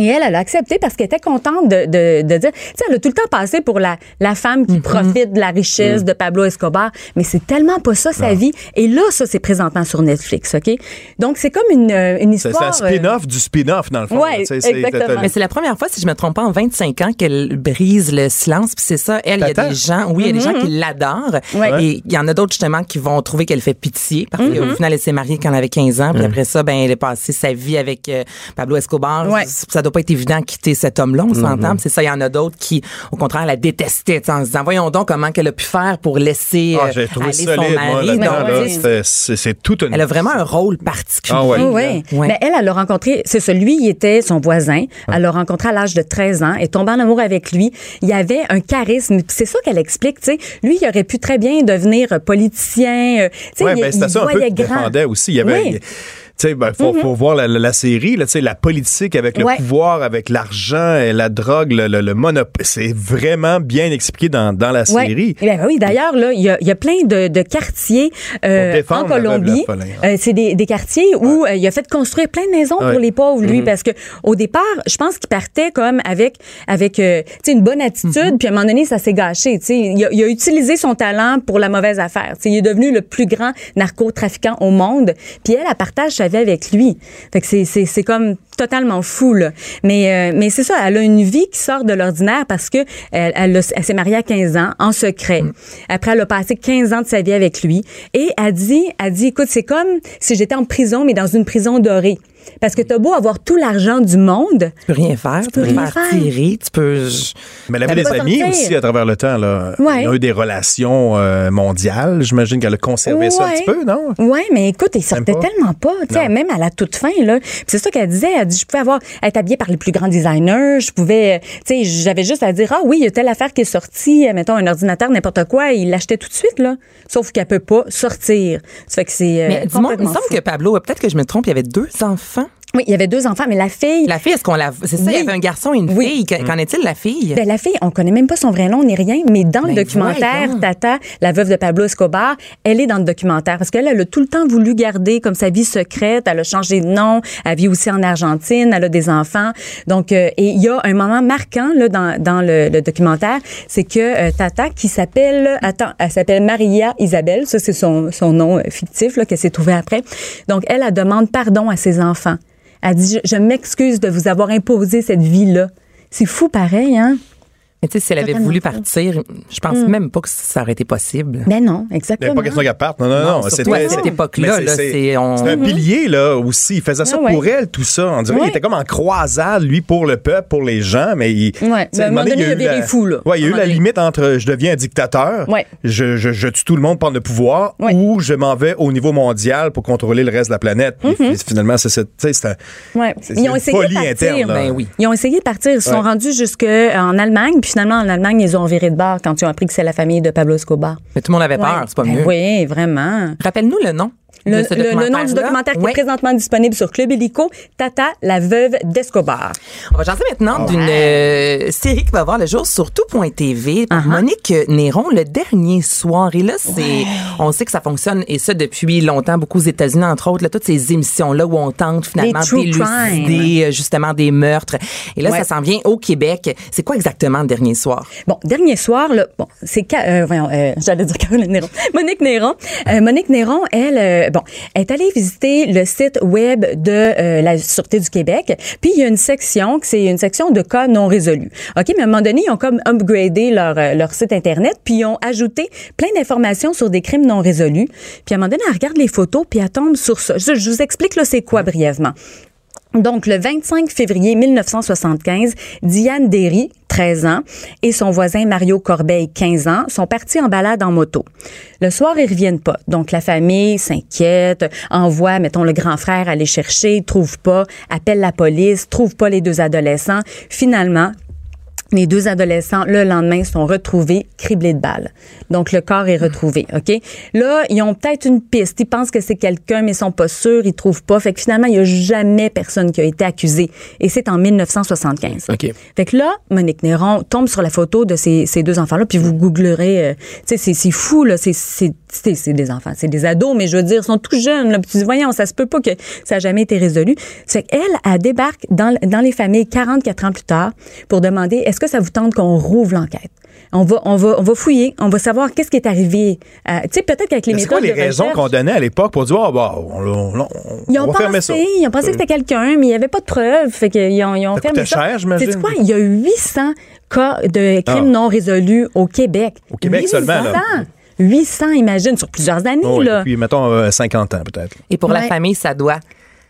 Et elle, elle a accepté parce qu'elle était contente de, de, de dire, tu sais, elle a tout le temps passé pour la, la femme qui profite de la richesse de Pablo Escobar, mais c'est tellement pas ça sa vie. Et là, ça, c'est présentement sur Netflix, OK? Donc, c'est comme une, euh, une
C'est, c'est un
histoire... euh,
spin-off du spin-off, dans le fond.
Ouais,
là, tu sais, c'est-
exactement.
t'as- t'as-
Mais c'est la première fois, si je me trompe pas, en 25 ans qu'elle brise le silence. Puis c'est ça, elle, il y a
Tata.
des gens, oui, il y a des gens qui l'adorent.
Ouais.
Et il y en a d'autres, justement, qui vont trouver qu'elle fait pitié parce qu'au final, elle s'est mariée quand elle avait 15 ans. Puis après ça, ben, elle a passé sa vie avec euh, Pablo Escobar.
Ouais.
Ça doit pas être évident de quitter cet homme-là, on
Mm-hmm.
s'entend. Puis C'est ça, il y en a d'autres qui, au contraire, la détestaient tu sais, en se disant, voyons donc comment qu'elle a pu faire pour laisser
Ah,
euh,
j'ai trouvé
aller
solide,
son
moi,
mari.
là-dedans,
Donc,
là.
ouais.
C'était- c'est, c'est toute une...
elle a vraiment un rôle particulier.
Ah ouais.
Oui,
là. Ouais.
Oh, Mais elle, elle l'a rencontré, c'est celui, il était son voisin. Elle l'a rencontré à l'âge de 13 ans et tombé en amour avec lui. Il y avait un charisme. Puis C'est ça qu'elle explique, tu sais. Lui, il aurait pu très bien devenir euh, politicien. euh, Tu sais,
Ouais,
il,
ben, c'était
il
ça un peu
voyait
qui
grand.
défendait aussi. Il y avait.
Oui. Mm-hmm.
il- Tu sais, ben, faut, faut voir la, la- la série, là, tu sais, la politique avec le
Ouais.
pouvoir, avec l'argent, et la drogue, le, le, le monopole. C'est vraiment bien expliqué dans, dans la
Ouais.
série.
Eh ben oui, d'ailleurs, là, il y, a- il y a plein de, de quartiers euh,
Pour défendre
en
la veuve
Colombie.
Lafolin, hein.
Euh, c'est des, des quartiers où euh, il a fait construire plein de maisons
Ouais.
pour les pauvres, lui, parce que au départ, je pense qu'il partait comme avec avec euh, tu sais, une bonne attitude, puis à un moment donné, ça s'est gâché. tu sais. Il a, il a utilisé son talent pour la mauvaise affaire. Tu sais, il est devenu le plus grand narcotrafiquant au monde. Puis elle, elle partage sa vie avec lui. Fait que c'est- c'est c'est comme totalement fou, là. Mais, euh, mais c'est ça, elle a une vie qui sort de l'ordinaire parce que elle, elle, a- elle s'est mariée à 15 ans, en secret. Après, elle a passé 15 ans de sa vie avec lui. Et elle dit, elle dit, écoute, c'est comme si j'étais en prison, mais dans une prison dorée. Parce que t'as beau avoir tout l'argent du monde.
Tu peux rien faire, tu peux te
rien
faire
faire.
tirer, tu peux...
Mais elle avait
Elle
des
peut pas
amis
sortir.
aussi à travers le temps. Là.
Ouais.
Elle a eu des relations euh, mondiales. J'imagine qu'elle a conservé ça un
Ouais.
petit peu, non?
Ouais, mais écoute, il sortait
pas?
tellement pas, tu sais,
Non.
même à la toute fin là. Puis C'est ça qu'elle disait, elle dit je pouvais avoir être habillée par les plus grands designers, je pouvais euh, tu sais, j'avais juste à dire ah oui, il y a telle affaire qui est sortie, euh, mettons un ordinateur n'importe quoi, il l'achetait tout de suite là. Sauf qu'elle peut pas sortir. Ça fait que c'est euh,
Mais dis-moi, il me
complètement
semble
fou.
que Pablo, peut-être que je me trompe, il y avait deux enfants.
Oui, il y avait deux enfants, mais la fille
La fille, est-ce qu'on la. C'est ça, il y
Oui.
avait un garçon et une
Oui.
fille. Qu'en qu'en est-il, la fille?
Ben, la fille, on connaît même pas son vrai nom ni rien, mais dans le
Ben,
documentaire,
voyons.
Tata, la veuve de Pablo Escobar, elle est dans le documentaire parce qu'elle elle a tout le temps voulu garder comme sa vie secrète. Elle a changé de nom. Elle vit aussi en Argentine. Elle a des enfants. Donc, euh, et il y a un moment marquant là, dans, dans le, le documentaire, c'est que euh, Tata, qui s'appelle, attends, elle s'appelle Maria Isabelle, ça c'est son, son nom euh, fictif là, qu'elle s'est trouvé après. Donc, elle, elle demande pardon à ses enfants. Elle dit, je, je m'excuse de vous avoir imposé cette vie-là. C'est fou pareil, hein?
Mais tu sais, si elle avait
Totalement
voulu
ça. Mm.
partir, je pense même pas que ça aurait été possible.
Ben non,
Il n'y
exactement.
pas question qu'elle parte. Non, non, non.
surtout
c'était-
à cette
c'est-
époque-là,
mais
là, c'est- on-
c'est un
Mhm.
pilier, là, aussi. Il faisait ça
Ah ouais.
pour elle, tout ça. On dirait qu'il
Ouais.
était comme en croisade, lui, pour le peuple, pour les gens, mais il. tu sais,
Ouais, mais à un moment donné,
il y a
il
eu
a viré
la-
fou, là.
Ouais, il y a
À
eu
un
la
moment
limite entre je deviens un dictateur,
Ouais.
je, je, je tue tout le monde par le pouvoir,
Ouais.
ou je m'en vais au niveau mondial pour contrôler le reste de la planète.
Mhm.
Puis Finalement, c'est ça. Tu sais, c'est un-
Ouais.
C'est- c'est
Ils ont
une
essayé de
folie
partir.
interne, là.
Ben oui.
Ils ont essayé de partir. Ils se sont
Ouais.
rendus jusqu'en Allemagne. Puis finalement, en Allemagne, ils ont viré de bord quand ils ont appris que c'est la famille de Pablo Escobar.
Mais tout le monde avait
Ouais.
peur, c'est pas
Ben
mieux.
Oui, vraiment.
Rappelle-nous le nom. de
Le,
ce
le- le nom du
documentaire-là.
documentaire qui
Ouais.
est présentement disponible sur Club Illico, Tata, la veuve d'Escobar.
On va jaser maintenant d'une euh, série qui va voir le jour sur tout.tv par
Uh-huh.
Monique Néron le dernier soir. Et là, c'est, on sait que ça fonctionne et ça depuis longtemps, beaucoup aux États-Unis, entre autres, là, toutes ces émissions-là où on tente finalement
Des true
d'élucider euh, justement des meurtres. Et là,
Ouais.
ça s'en vient au Québec. C'est quoi exactement le dernier soir?
Bon, dernier soir, là, bon, c'est Ca- euh, voyons, euh, j'allais dire Caroline Néron. Monique Néron, Euh, Monique Néron, elle, euh, bon, elle est allée visiter le site web de euh, la sûreté du Québec. Puis il y a une section, que c'est une section de cas non résolus. Ok, mais à un moment donné, ils ont comme upgradé leur euh, leur site internet, puis ils ont ajouté plein d'informations sur des crimes non résolus. Puis à un moment donné, elle regarde les photos, puis elle tombe sur ça. Je, je vous explique là, c'est quoi brièvement. Donc, le 25 février 1975, Diane Derry, 13 ans, et son voisin Mario Corbeil, 15 ans, sont partis en balade en moto. Le soir, ils reviennent pas. Donc, la famille s'inquiète, envoie, mettons, le grand frère aller chercher, trouve pas, appelle la police, trouve pas les deux adolescents. Finalement, les deux adolescents, le lendemain, sont retrouvés criblés de balles. Donc, le corps est retrouvé, OK? Là, ils ont peut-être une piste. Ils pensent que c'est quelqu'un, mais ils sont pas sûrs, ils trouvent pas. Fait que finalement, il y a jamais personne qui a été accusé. Et c'est en 1975.
OK.
Fait que là, Monique Néron tombe sur la photo de ces, ces deux enfants-là, puis vous googlerez. euh, tu sais, c'est- c'est fou, là. C'est- C'est c'est- c'est des enfants, c'est des ados, mais je veux dire, ils sont tout jeunes, là. Puis tu dis, voyons, ça se peut pas que ça a jamais été résolu. Fait qu'elle, elle débarque dans, l- dans les familles 44 ans plus tard pour demander, est-ce que ça vous tente qu'on rouvre l'enquête? On va, on, va, on va fouiller, on va savoir qu'est-ce qui est arrivé. à- tu sais, peut-être qu'avec les
Mais C'est quoi
méthodes
les
de
raisons
recherche-
qu'on donnait à l'époque pour dire, Ah, bah, on, on- on-
ils
on
ont
va
pensé,
fermer ça?
ils ont pensé que c'était quelqu'un, mais il n'y avait pas de preuves. Fait qu'ils ont, ils ont
Ça
fermé
coûtait cher, j'imagine.
Sais-tu quoi? Il y a 800 cas de crimes
Ah.
non résolus au Québec.
Au Québec
800.
seulement, là.
800, imagine, sur plusieurs années,
Oh, oui,
là.
depuis, mettons, euh, 50 ans, peut-être.
Et pour la
Ouais.
famille, ça doit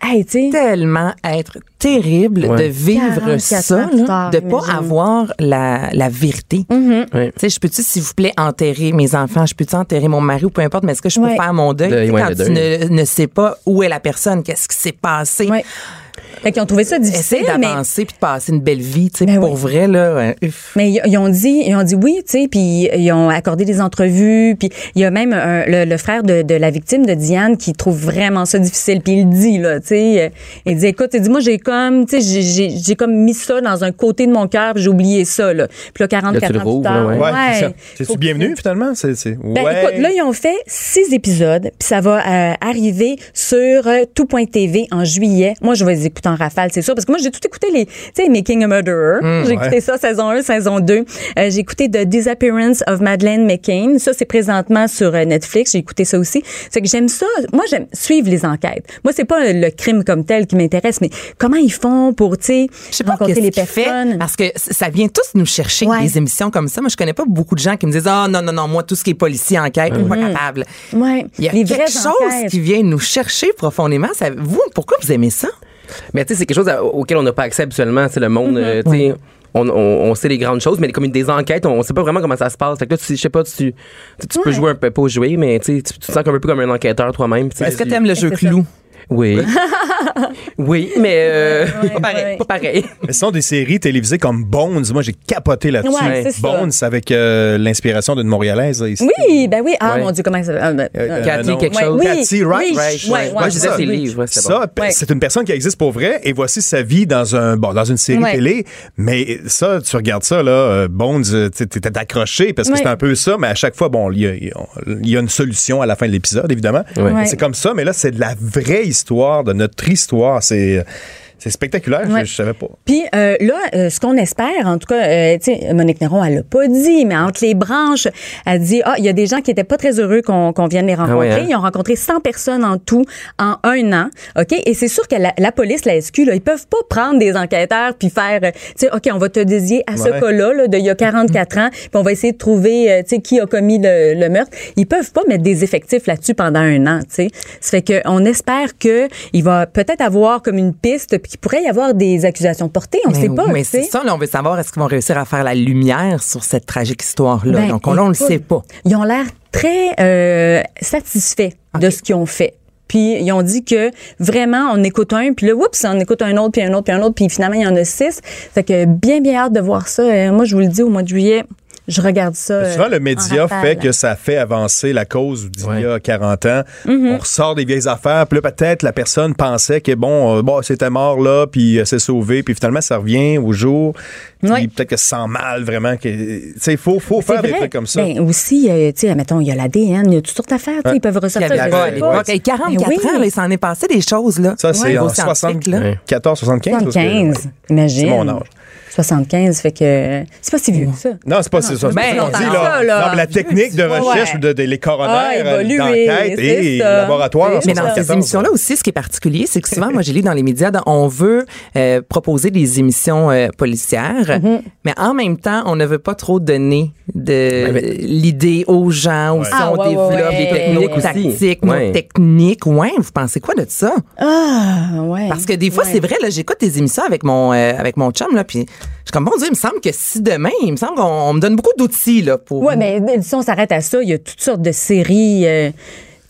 Hey, tu sais.
tellement être terrible de vivre
44
ça,
ans plus
là,
tard,
de pas
imagine. Mm-hmm.
avoir la, la vérité.
Oui.
Tu sais, je peux-tu, s'il vous plaît, enterrer mes enfants? Je peux-tu enterrer mon mari ou peu importe, mais est-ce que je peux
Ouais.
faire mon deuil?
Le-
Tu sais,
ouais,
quand
le
tu ne, ne sais pas où est la personne, qu'est-ce qui s'est passé,
Ouais. Fait qu'ils ont trouvé ça
essaie
difficile, mais
d'avancer puis de passer une belle vie, tu sais,
Ben
pour
oui.
vrai, là. ouais, uff.
Mais ils- ils ont dit, ils ont dit oui, tu sais, puis ils ont accordé des entrevues, puis il y a même un- le, le frère de, de la victime de Diane qui trouve vraiment ça difficile, puis il le dit là, tu sais, euh, il dit écoute, il dit moi j'ai comme, tu sais, j'ai- j'ai j'ai comme mis ça dans un côté de mon cœur, puis j'ai oublié ça là. Puis là 44
Là, tu le
ans plus
rouvres,
tard,
là, ouais.
Ouais, c'est ça.
ouais, faut
C'est-tu
que-
bienvenu, finalement? C'est, c'est...
ben,
ouais.
écoute, là, ils ont fait six épisodes, puis ça va euh, arriver sur euh, tout.tv en juillet. Moi, je vais les écouter en rafale, c'est sûr, parce que moi, j'ai tout écouté les, tu sais, Making a Murderer. j'ai écouté ça, saison 1, saison 2. Euh, j'ai écouté The Disappearance of Madeleine McCain. Ça, c'est présentement sur euh, Netflix. J'ai écouté ça aussi. C'est que j'aime ça. Moi, j'aime suivre les enquêtes. Moi, c'est pas euh, le crime comme tel qui m'intéresse, mais comment ils font pour, tu sais,
Je sais pas
rencontrer
qu'est-ce
les
qu'il fait, Ah,
personnes.
parce que c- ça vient tous nous chercher
Ouais.
des émissions comme ça. Moi, je connais pas beaucoup de gens qui me disent ah non non non moi tout ce qui est policier enquête, je suis pas
Mm-hmm.
capable.
Ouais.
Il y a
Les vraies
quelque chose
enquêtes.
qui vient nous chercher profondément. Ça, vous, pourquoi vous aimez ça?
Mais tu sais, c'est quelque chose à- auquel on n'a pas accès habituellement. C'est le
Mm-hmm.
monde, euh, tu sais. On, on- on sait les grandes choses, mais comme des enquêtes, on, on sait pas vraiment comment ça se passe. Fait que là, tu, je sais pas, tu, tu, tu peux
Ouais.
jouer un peu, pas jouer, mais tu, sais, tu tu te sens comme un peu comme un enquêteur toi-même. tu sais.
Ben,
Est-ce que tu aimes le jeu
c'est
clou?
Oui. oui, mais euh, pas pareil.
ouais.
Pas pareil.
Mais ce sont des séries télévisées comme Bones. Moi, j'ai capoté là-dessus.
Ouais, c'est ça.
Bones avec euh, l'inspiration d'une Montréalaise. ici.
Oui, ben oui. Ah,
Ouais.
mon Dieu, comment ça... ah, ben,
Euh,
Cathy
non.
quelque
Ouais,
chose.
oui,
Cathy Wright.
oui,
Wright,
ouais,
ouais.
ouais,
Moi, je disais
ouais.
ses livres. ouais, c'est bon.
Ça, p-
Ouais.
c'est une personne qui existe pour vrai et voici sa vie dans un bon, dans une série
Ouais.
télé. Mais ça, tu regardes ça là, euh, Bones, euh, t'es- t'es accroché parce que
Ouais.
c'est un peu ça. Mais à chaque fois, bon, il y a, il y a- il y a une solution à la fin de l'épisode, évidemment.
Ouais.
C'est comme ça, mais là, c'est de la vraie histoire, de notre histoire. C'est c'est spectaculaire,
Ouais.
je, je savais pas.
Puis euh, là, euh, ce qu'on espère, en tout cas, euh, tu sais, Monique Néron, elle l'a pas dit, mais entre les branches, elle dit, ah, il y a des gens qui étaient pas très heureux qu'on qu'on vienne les rencontrer.
Ah ouais, hein?
Ils ont rencontré 100 personnes en tout en un an, OK? Et c'est sûr que la, la police, la SQ, là, ils peuvent pas prendre des enquêteurs puis faire, euh, tu sais, OK, on va te dédier à ce
Ouais.
cas-là là, de il y a 44 ans, puis on va essayer de trouver, euh, tu sais, qui a commis le, le meurtre. Ils peuvent pas mettre des effectifs là-dessus pendant un an, tu sais. Ça fait que on espère que il va peut-être avoir comme une piste, puis qu'il pourrait y avoir des accusations de portée, on
Mais,
sait pas,
mais
tu sais.
Ben c'est ça, là, on veut savoir est-ce qu'ils vont réussir à faire la lumière sur cette tragique histoire-là.
Ben,
Donc, on, là, on le
écoute,
sait pas.
Ils ont l'air très euh, satisfaits de ce qu'ils ont fait. Puis ils ont dit que vraiment on écoute un, puis là oups, on écoute un autre, puis un autre, puis un autre, puis finalement il y en a six. Fait que bien bien hâte de voir ça. Euh, moi je vous le dis au mois de juillet, je regarde ça.
Souvent,
euh,
le
en
média
rafale.
fait que ça fait avancer la cause d'il y a 40 ans.
Mhm.
On ressort des vieilles affaires, puis là, peut-être la personne pensait que, bon, euh, bon c'était mort là, puis euh, c'est sauvé, puis finalement, ça revient au jour. Puis
Ouais.
peut-être que ça sent mal vraiment. que- Tu sais, il faut, faut
C'est
faire des
vrai.
trucs comme ça.
Ben, aussi, euh, tu sais, mettons, il y a l'ADN, il y a toutes sortes d'affaires, tu sais, ils peuvent
Il y
ressortir.
avait
je
pas à
sais
l'époque.
pas.
Hey, 44
Ben oui.
ans, là, il s'en est passé des choses. Là,
ça, c'est
Au
en
niveau scientifique, là.
74, 75. parce que-
75, imagine.
C'est mon âge.
75, fait que euh, c'est pas si vieux, ça.
Non, c'est pas c'est ça.
ben,
c'est ce qu'on
non,
dit,
non,
là.
ça, là.
Non, mais la technique de
Ouais.
recherche de, de- les
Ah,
coronaires, euh,
évoluer,
d'enquête
c'est
et
ça.
laboratoire. en
C'est
Mais dans ces
74.
émissions-là aussi, ce qui est particulier, c'est que souvent, moi, j'ai lu dans les médias, dans- on veut euh, proposer des émissions euh, policières, mais en même temps, on ne veut pas trop donner de l'idée aux gens où
Ouais.
si
Ah,
on
ouais, ouais,
développe
ouais.
des techniques
Technique aussi.
tactiques, nos
Ouais.
techniques. Ouais, vous pensez quoi de ça?
Ah, ouais.
Parce que des fois, c'est vrai, là, j'écoute des émissions avec mon, euh, avec mon chum, là, puis je suis comme, bon Dieu, il me semble que si demain, il me semble qu'on on me donne beaucoup d'outils, là, pour.
Ouais, mais si on s'arrête à ça, il y a toutes sortes de séries, euh, tu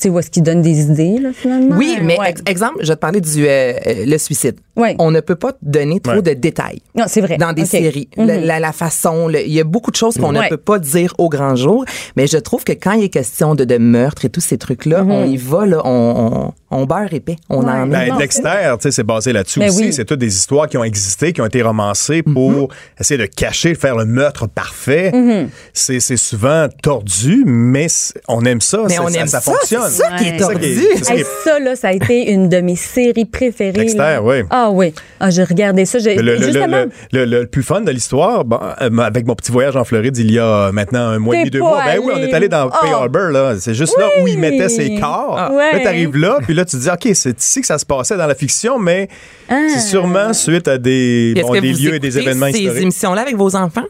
sais, où est-ce qu'ils donnent des idées, là, finalement.
Oui, mais
Ouais.
ex- exemple, je vais te parlais du euh, euh, le suicide.
Ouais.
On ne peut pas te donner trop
Ouais.
de détails.
Non, c'est vrai.
Dans des
Ok.
séries,
Mhm.
la, la- la façon, le- il y a beaucoup de choses qu'on
Ouais.
ne peut pas dire au grand jour. Mais je trouve que quand il est question de, de meurtre et tous ces trucs-là, on y va là, on, on, on beurre épais, on
Mm-hmm. Ouais.
en met.
Ben,
Non,
Dexter, tu sais, c'est basé là-dessus
Ben
aussi.
oui. Mhm.
C'est toutes des histoires qui ont existé, qui ont été romancées pour essayer de cacher, de faire le meurtre parfait.
Mhm.
C'est c'est souvent tordu, mais c'est- on aime ça.
Mais
c'est-
on
ça,
aime
ça
ça,
fonctionne.
c'est ça qui est
C'est qui
tordu.
c'est ça qui
Hey,
est-
ça, là, ça a été une de mes séries préférées.
Dexter,
là.
oui.
Ah oui. Ah, j'ai regardé ça. J'ai,
Le, le- le-
justement,
le- le- le- le plus fun de l'histoire, bon, euh, avec mon petit voyage en Floride il y a maintenant un mois et
T'es
demi, deux
pas
mois, ben oui, on
allé-
est allé dans Pearl
Oh.
Harbor, là. C'est juste là où ils mettaient ses corps.
Ah.
Là,
Ouais.
t'arrives là, puis là, tu te dis, OK, c'est ici que ça se passait dans la fiction, mais
Ah.
c'est sûrement suite à des,
Est-ce
bon,
que
des
vous
lieux et des
écoutez
événements
ces
historiques.
émissions-là avec vos enfants?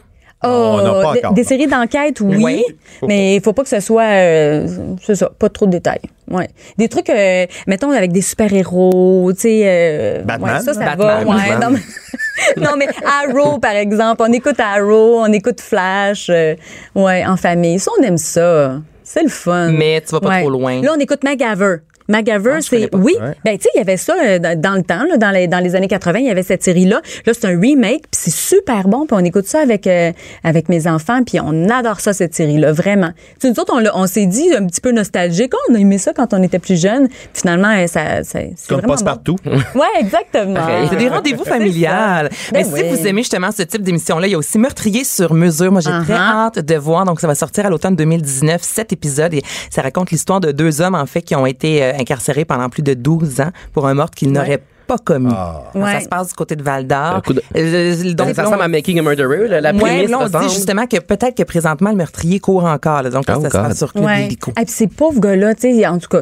Non, non, pas
Oh, des-
encore,
des
non.
séries d'enquête, oui,
Oui.
mais il faut pas que ce soit, euh, c'est ça, pas trop de détails. Ouais. Des trucs, euh, mettons, avec des super-héros, tu sais. euh,
Batman.
ouais, ça, ça
Batman,
va. ouais,
Batman.
Non, mais, non, mais Arrow, par exemple, on écoute Arrow, on écoute Flash, euh, ouais, en famille. Ça, on aime ça. C'est le fun.
Mais tu vas pas trop loin.
Là, on écoute MacGyver. MacGyver,
Ah, je connais
c'est.
pas.
Oui.
Ouais.
Ben, tu sais, il y avait ça euh, dans, dans le temps, là, dans, les, dans les années 80, il y avait cette série-là. Là, c'est un remake, puis c'est super bon, puis on écoute ça avec, euh, avec mes enfants, puis on adore ça, cette série-là, vraiment. Tu sais, nous autres, on, l'a- on s'est dit un petit peu nostalgique, Oh, on a aimé ça quand on était plus jeunes, puis finalement, euh, ça. ça c'est
Comme
vraiment
passe-partout.
bon. Ouais, exactement.
Pareil.
C'est des rendez-vous
Ah. C'est ça.
familiales. Mais
Ben
si
oui.
vous aimez justement ce type d'émission-là, il y a aussi Meurtrier sur mesure. Moi, j'ai très
Uh-huh.
hâte de voir. Donc, ça va sortir à l'automne 2019, sept épisodes. Et ça raconte l'histoire de deux hommes, en fait, qui ont été euh, incarcérés pendant plus de 12 ans pour un meurtre qu'ils n'auraient pas commis. Donc,
Ouais.
Ça se passe du côté de Val
Ah. Un
d'Or.
coup de-
Euh, donc, là,
ça ressemble
on-
à Making a Murderer, là, la
Ouais,
prémisse
là, on se
ressemble.
dit justement que peut-être que présentement, le meurtrier court encore. là. donc, là,
Oh
ça se
God.
passe sur Club
Ouais. Ah,
Illico.
Et puis ces pauvres gars-là, tu sais, en tout cas,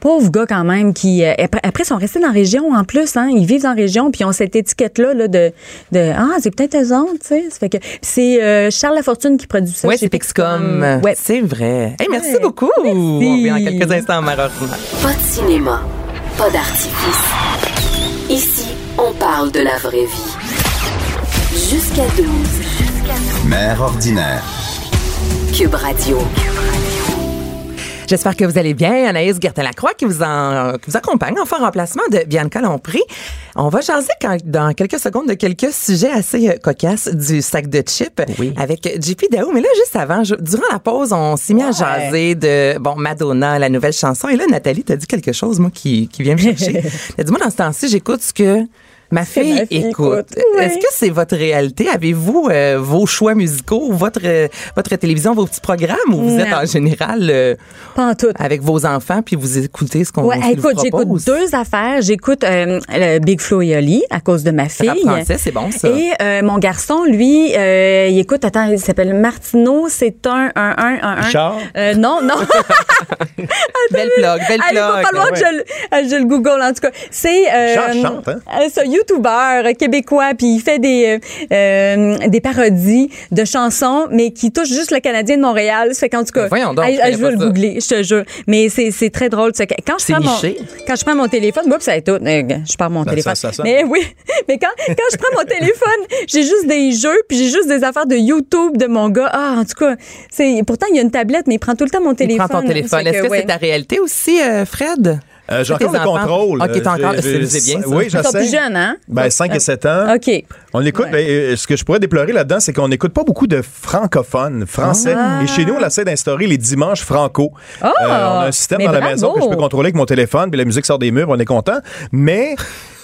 pauvres gars quand même, qui euh, après, après, ils sont restés dans la région en plus, hein, ils vivent en région, puis ils ont cette étiquette-là là, de, de ah c'est peut-être eux autres, tu sais, ça fait que Puis c'est euh, Charles Lafortune qui produit ça.
Oui,
chez
c'est Pixcom.
Ouais.
C'est vrai. Hey, merci
Ouais.
beaucoup. On revient dans quelques instants, Mère Ordinaire.
Pas de cinéma, pas d'artifice. Ici, on parle de la vraie vie. Jusqu'à 12.
Mère ordinaire.
Cube Radio.
J'espère que vous allez bien. Anaïs Gertin-Lacroix qui vous, en, qui vous accompagne en fait en remplacement de Bianca Lompré. On va jaser quand- dans quelques secondes de quelques sujets assez euh, cocasses du sac de chips
Oui.
avec JP Dao. Mais là, juste avant, je- durant la pause, on s'est mis à jaser de bon Madonna, la nouvelle chanson. Et là, Nathalie, t'as dit quelque chose, moi, qui, qui vient me chercher. Elle dit, moi, dans ce temps-ci, j'écoute ce que Ma fille,
ma fille
écoute.
écoute, oui.
Est-ce que c'est votre réalité? Avez-vous euh, vos choix musicaux, votre, euh, votre télévision, vos petits programmes ou vous êtes
Non.
en général euh,
Pas en tout.
avec vos enfants puis vous écoutez ce qu'on
Ouais,
ce qu'ils vous
écoute, j'écoute
propose?
deux affaires. J'écoute euh, le Big Flo et Oli à cause de ma fille.
Rap français, c'est bon, ça.
Et euh, mon garçon, lui, euh, il écoute, attends, il s'appelle Martineau, c'est un, un, un, un, un.
Richard?
Euh, non, non.
Belle plug, belle
Allez, va
plug.
falloir que je, le- euh, je le google, en tout cas. C'est euh,
Richard chante, hein?
euh, c'est un YouTuber québécois, puis il fait des, euh, euh, des parodies de chansons, mais qui touchent juste le Canadien de Montréal. Ça fait qu'en tout
Mais
cas,
Ben, voyons donc,
allez,
je connais
je vais
pas
le
ça.
googler, je te jure. Mais c'est c'est très drôle. tu sais, Quand je,
C'est
prends mon,
niché.
quand je prends mon téléphone, moi, puis ça est tout. euh, Je perds mon
Ben,
téléphone.
ça- ça sonne.
mais oui, mais quand, quand je prends mon téléphone, j'ai juste des jeux, puis j'ai juste des affaires de YouTube de mon gars. Ah, en tout cas, c'est pourtant, il y a une tablette, mais il prend tout le temps mon
Il
téléphone.
prend ton
Ça fait
téléphone. Est-ce que, c'est
ouais.
ta réalité aussi, euh, Fred?
Euh, j'ai
Tes
encore le
enfants?
contrôle. Euh,
Ok, t'as encore-
J'ai-
c'est-
j'ai-
c'est bien, ça.
Oui,
Ils sont
j'essaie.
plus jeunes, hein?
Ben, 5 et 7 ans.
OK.
On l'écoute.
Ouais.
ben, euh, ce que je pourrais déplorer là-dedans, c'est qu'on n'écoute pas beaucoup de francophones français. Et chez nous, on essaie d'instaurer les dimanches franco. Euh,
Ah!
on a un système
Mais
dans la
bravo!
maison que je peux contrôler avec mon téléphone, puis la musique sort des murs, on est content. Mais